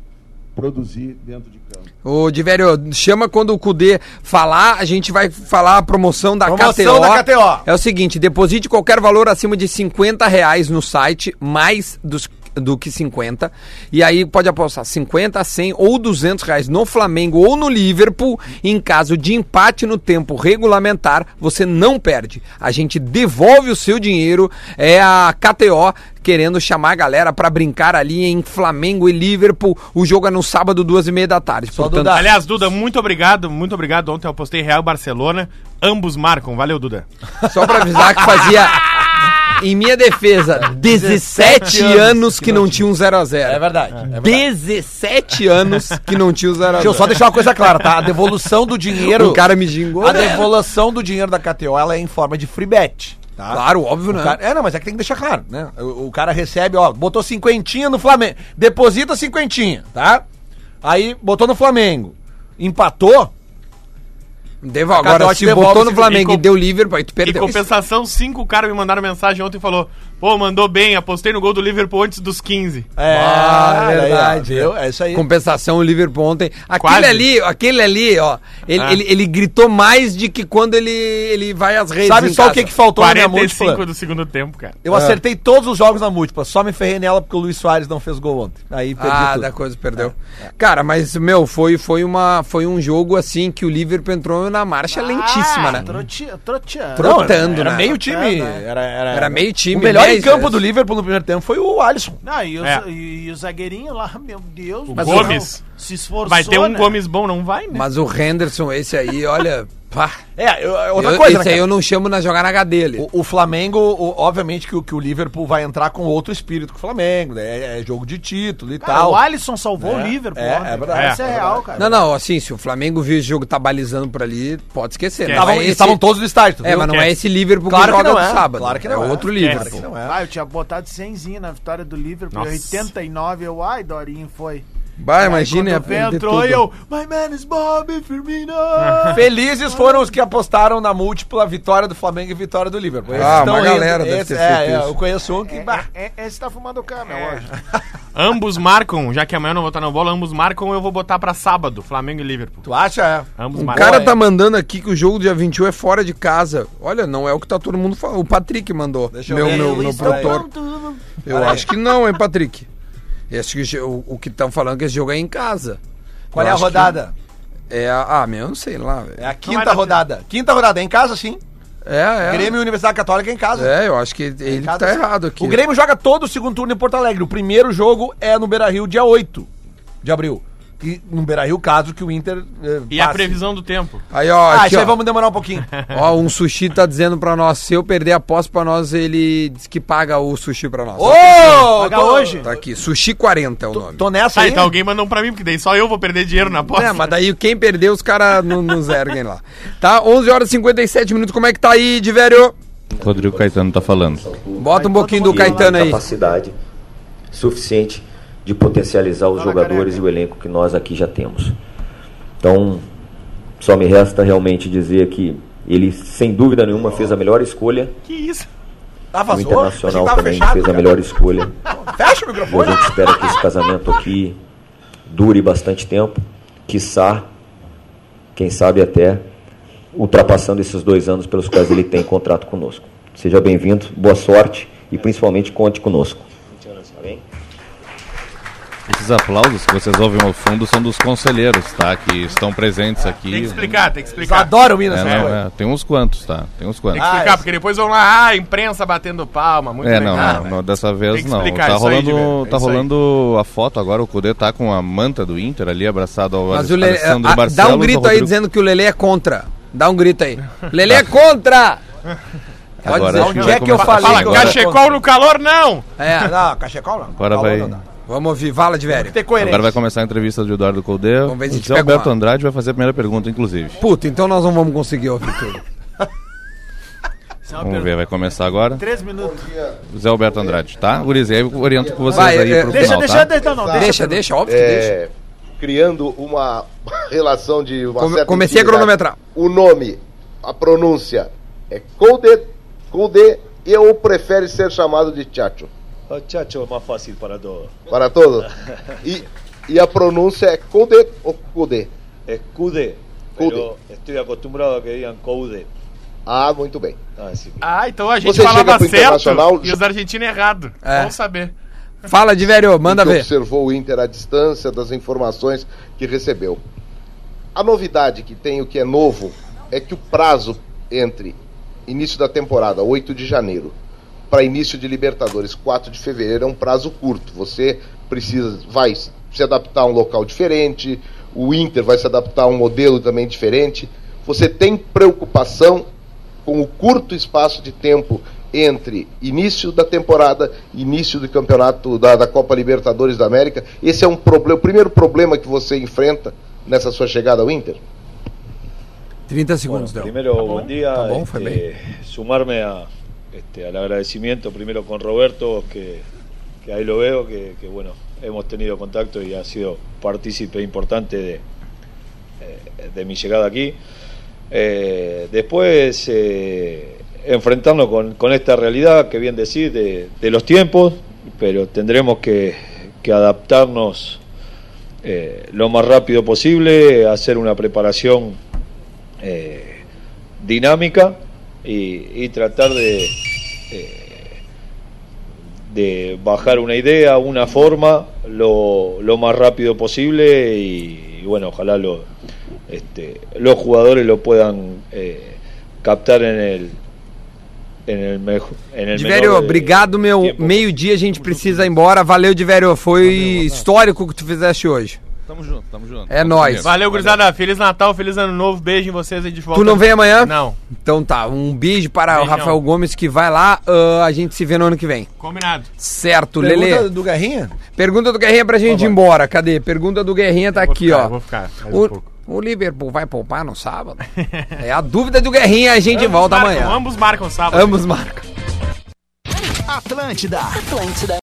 produzir dentro de campo. Ô, Diverio, chama quando o Cudê falar, a gente vai falar a promoção da Promoção KTO. da KTO. É o seguinte, deposite qualquer valor acima de 50 reais no site, mais dos do que 50. E aí pode apostar 50, 100 ou 200 reais no Flamengo ou no Liverpool. Em caso de empate no tempo regulamentar, você não perde. A gente devolve o seu dinheiro. É a KTO querendo chamar a galera pra brincar ali em Flamengo e Liverpool. O jogo é no sábado, duas e meia da tarde. Portanto, Aliás, Duda, muito obrigado, muito obrigado. Ontem eu postei Real e Barcelona. Ambos marcam. Valeu, Duda. Só pra avisar que fazia, em minha defesa, 17 anos que não tinha um 0x0. É verdade. é verdade. 17 anos que não tinha um o 0x0. Deixa eu só deixar uma coisa clara, tá? A devolução do dinheiro. O cara me gingou. A né? devolução do dinheiro da KTO ela é em forma de free bet. Tá? Claro, óbvio, O né? cara- é, não, mas é que tem que deixar claro, né? O, o cara recebe, ó, botou cinquentinha no Flamengo. Deposita cinquentinha, tá? Aí botou no Flamengo. Empatou. Devo, Cada agora, hora se te devolve botou no esse- Flamengo e e com- deu Liverpool, aí tu perdeu. Em compensação, cinco caras me mandaram mensagem ontem e falou: Pô, mandou bem, apostei no gol do Liverpool antes dos 15. É, Ah, olha aí, ó. verdade. Eu- é isso aí. Compensação, o Liverpool ontem. Aquele Quase. ali, aquele ali, ó. Ele, Ah. ele, ele gritou mais de que quando ele, ele vai às redes. Sabe em só o casa. que, que faltou na minha 45 múltipla? do segundo tempo, cara. Eu acertei todos os jogos na múltipla, só me ferrei nela porque o Luiz Soares não fez gol ontem. Aí perdi Ah, tudo. É, da coisa perdeu. Cara, mas meu, foi foi uma foi um jogo assim que o Liverpool entrou na marcha Ah, lentíssima, né? Troteando. Troteando. Tro- trotando, era né? meio time. Trotando, né? Era, era, Era meio time, né? O melhor em dez campo vezes. do Liverpool no primeiro tempo foi o Alisson. Não, e, o, É. e- e o zagueirinho lá, meu Deus. O mas Gomes. não, Se esforçou, Vai ter um né? Gomes bom, não vai, né? Mas o Henderson esse aí, olha, pá. É, eu- é outra Eu- coisa, né, esse aí cara? eu não chamo na jogar na H dele. O, o Flamengo, o- obviamente que o, que o Liverpool vai entrar com outro espírito que o Flamengo, né? É jogo de título e Cara, tal. o Alisson salvou o Liverpool. é, ontem, é verdade, cara. Isso é, é real, cara. Não, não, assim, se o Flamengo viu o jogo tá balizando por ali, pode esquecer. Esquece. Não Estavam- é eles esse- estavam todos no estádio. tu É, viu? mas não é esse Liverpool Claro que que joga não no é. sábado. Claro que não É é. outro Claro Liverpool. que não Ah, é. eu tinha botado 100 na vitória do Liverpool. Nossa. Em 89, eu, ai, Dorinho, foi. Bah, Ah, imagina, Aí ia quando o Vé perder entrou tudo. e eu, my man is Bobby Firmino. é Felizes foram os que apostaram na múltipla vitória do Flamengo e vitória do Liverpool. Esses Ah, tão uma galera deve esse- ter é, feito é, isso. Eu conheço um que. bah, É, é, esse tá fumando cana hoje. Ambos marcam, já que amanhã eu não vou estar na bola, ambos marcam, eu vou botar pra sábado, Flamengo e Liverpool. Tu acha? Ambos O marcam. cara tá mandando aqui que o jogo do dia 21 é fora de casa. Olha, não é o que tá todo mundo falando. O Patrick mandou. Deixa eu meu ver. É meu, Eu meu estou produtor. Eu acho que não, hein, Patrick? Esse, que jo- o, o que estão falando é que esse jogo é em casa. Qual Eu é a acho que rodada? É a. Ah, meu, eu não sei lá, velho. É a vai dar quinta tempo. rodada. Quinta rodada, é em casa sim. É, é. Grêmio e Universidade Católica é em casa. É, eu acho que ele Em casa, tá sim. errado aqui. O Grêmio joga todo o segundo turno em Porto Alegre. O primeiro jogo é no Beira Rio, dia 8 de abril. E no Beira Rio, caso que o Inter. eh, E a passe. previsão do tempo? Aí, ó, Ah, aqui, isso ó. aí vamos demorar um pouquinho. Ó, um sushi tá dizendo pra nós, se eu perder a posse pra nós, ele diz que paga o sushi pra nós. Ô! Oh, Paga hoje. Tá aqui, sushi 40 é o nome. Tô nessa Ah, aí. então alguém mandou um pra mim, porque daí só eu vou perder dinheiro na aposta. É, mas daí quem perdeu, os caras não, não erguem lá. Tá, 11 horas e 57 minutos, como é que tá aí, Diverio? Rodrigo Caetano tá falando. Bota um pouquinho do e ele Caetano tem aí. capacidade suficiente de potencializar os Fala, jogadores careca. e o elenco que nós aqui já temos. Então, só me resta realmente dizer que ele, sem dúvida nenhuma, fez a melhor escolha. Que isso? Ah, O vazou? Achei Internacional que tava também fechado, fez a cara. melhor escolha. Fecha o E a microfone. gente espera que esse casamento aqui dure bastante tempo. Quiçá, quem sabe até ultrapassando esses dois anos pelos quais ele tem contrato conosco. Seja bem-vindo, boa sorte e principalmente conte conosco. Esses aplausos que vocês ouvem ao fundo são dos conselheiros, tá? Que estão presentes aqui. Tem que explicar, tem que Eles explicar. adoram É, o Minas, né? não, é, tem uns quantos, tá? Tem uns Tem quantos. que Ah, explicar, é. porque depois vão lá, ah, imprensa batendo palma, muito É, legal. não, Ah, não, não, dessa vez Tem que não. explicar Tá isso aí, rolando, Diver, é tá isso aí. rolando a foto agora, o Cudê tá com a manta do Inter ali, abraçado ao Mas o Lelê, Alessandro ah, dá um Barcelos, grito ao aí Rodrigo- Tá. dizendo que o Lelê é contra. Dá um grito aí. Lelê é contra! Pode Agora, dizer, acho que onde vai é que eu começar. falei Fala, que eu- cachecol no calor, não! É, Não, cachecol não. Agora Calma, vai- não dá. Tem vamos ouvir, vala de velho. que ter coerente. Agora vai começar a entrevista do Eduardo Colde. Vamos ver se O a gente Zé pega Alberto uma. Andrade vai fazer a primeira pergunta, inclusive. Puta, então nós não vamos conseguir ouvir tudo. Isso é uma Vamos pergunta. ver, vai começar agora. Três minutos. O Zé Alberto Andrade, tá? Guriz, aí eu oriento com vocês Vai, é, aí pro Deixa, final, deixa, tá? deixa, não, deixa. deixa, deixa, óbvio que deixa. é, criando uma relação de uma Come- é certa comecei a intimidade. cronometrar. O nome, a pronúncia é Colde, Colde e ou prefere ser chamado de Chacho? Chacho, más fácil para todo. Para todos. E, e a pronúncia é Colde ou Cude? Es Cude, É pero estoy acostumbrado a que digan Coude. Ah, muito bem. Así que Ah, então a gente Você chega falava pro certo Internacional- e os argentinos errado. É. Vamos saber. Fala de velho, manda que Então, ver. observou o Inter à distância das informações que recebeu. A novidade que tem, o que é novo, é que o prazo entre início da temporada, 8 de janeiro, para início de Libertadores, 4 de fevereiro, é um prazo curto. Você precisa, vai se adaptar a um local diferente, o Inter vai se adaptar a um modelo também diferente. Você tem preocupação com o curto espaço de tempo entre início da temporada, início do campeonato da, da Copa Libertadores da América. Esse é um problema, o primeiro problema que você enfrenta nessa sua chegada ao Inter? 30 segundos, Del. Primero, buen día. Está Tá bom, foi este, sumarme a, este, al agradecimiento primero con Roberto, que, que ahí lo veo, que, que, bueno, hemos tenido contacto y ha sido partícipe importante de, eh, de mi llegada aquí. Eh, después, eh, enfrentarnos con, con esta realidad, que bien decir, de, de los tiempos, pero tendremos que, que adaptarnos eh, lo más rápido posible, hacer una preparación eh, dinámica y, y tratar de, eh, de bajar una idea, una forma, lo, lo más rápido posible y, y bueno, ojalá lo, este, los jugadores lo puedan eh, captar en el en el mejor en É el menor eh, Diverio, de- obrigado, meu. Meio-dia a gente precisa ir embora. Valeu, Diverio. Foi um histórico o que tu fizeste hoje. Tamo junto, tamo junto. É nóis. Valeu, gurizada. Feliz Natal, feliz Ano Novo. Beijo em vocês aí de volta. Tu não vem amanhã? Não. Então tá, um beijo para o Beijão. Rafael Gomes que vai lá. Ah, a gente se vê no ano que vem. Combinado. Certo, Pergunta Lele. do Garrinha? Pergunta do Guerrinha pra gente ir embora. Cadê? Pergunta do Guerrinha tá aqui, ficar, ó. eu vou ficar mais um O, pouco. o Liverpool vai poupar no sábado? é a dúvida do Guerrinha, a gente volta marcam, amanhã. Ambos marcam sábado. Ambos marcam. Atlântida. Atlântida.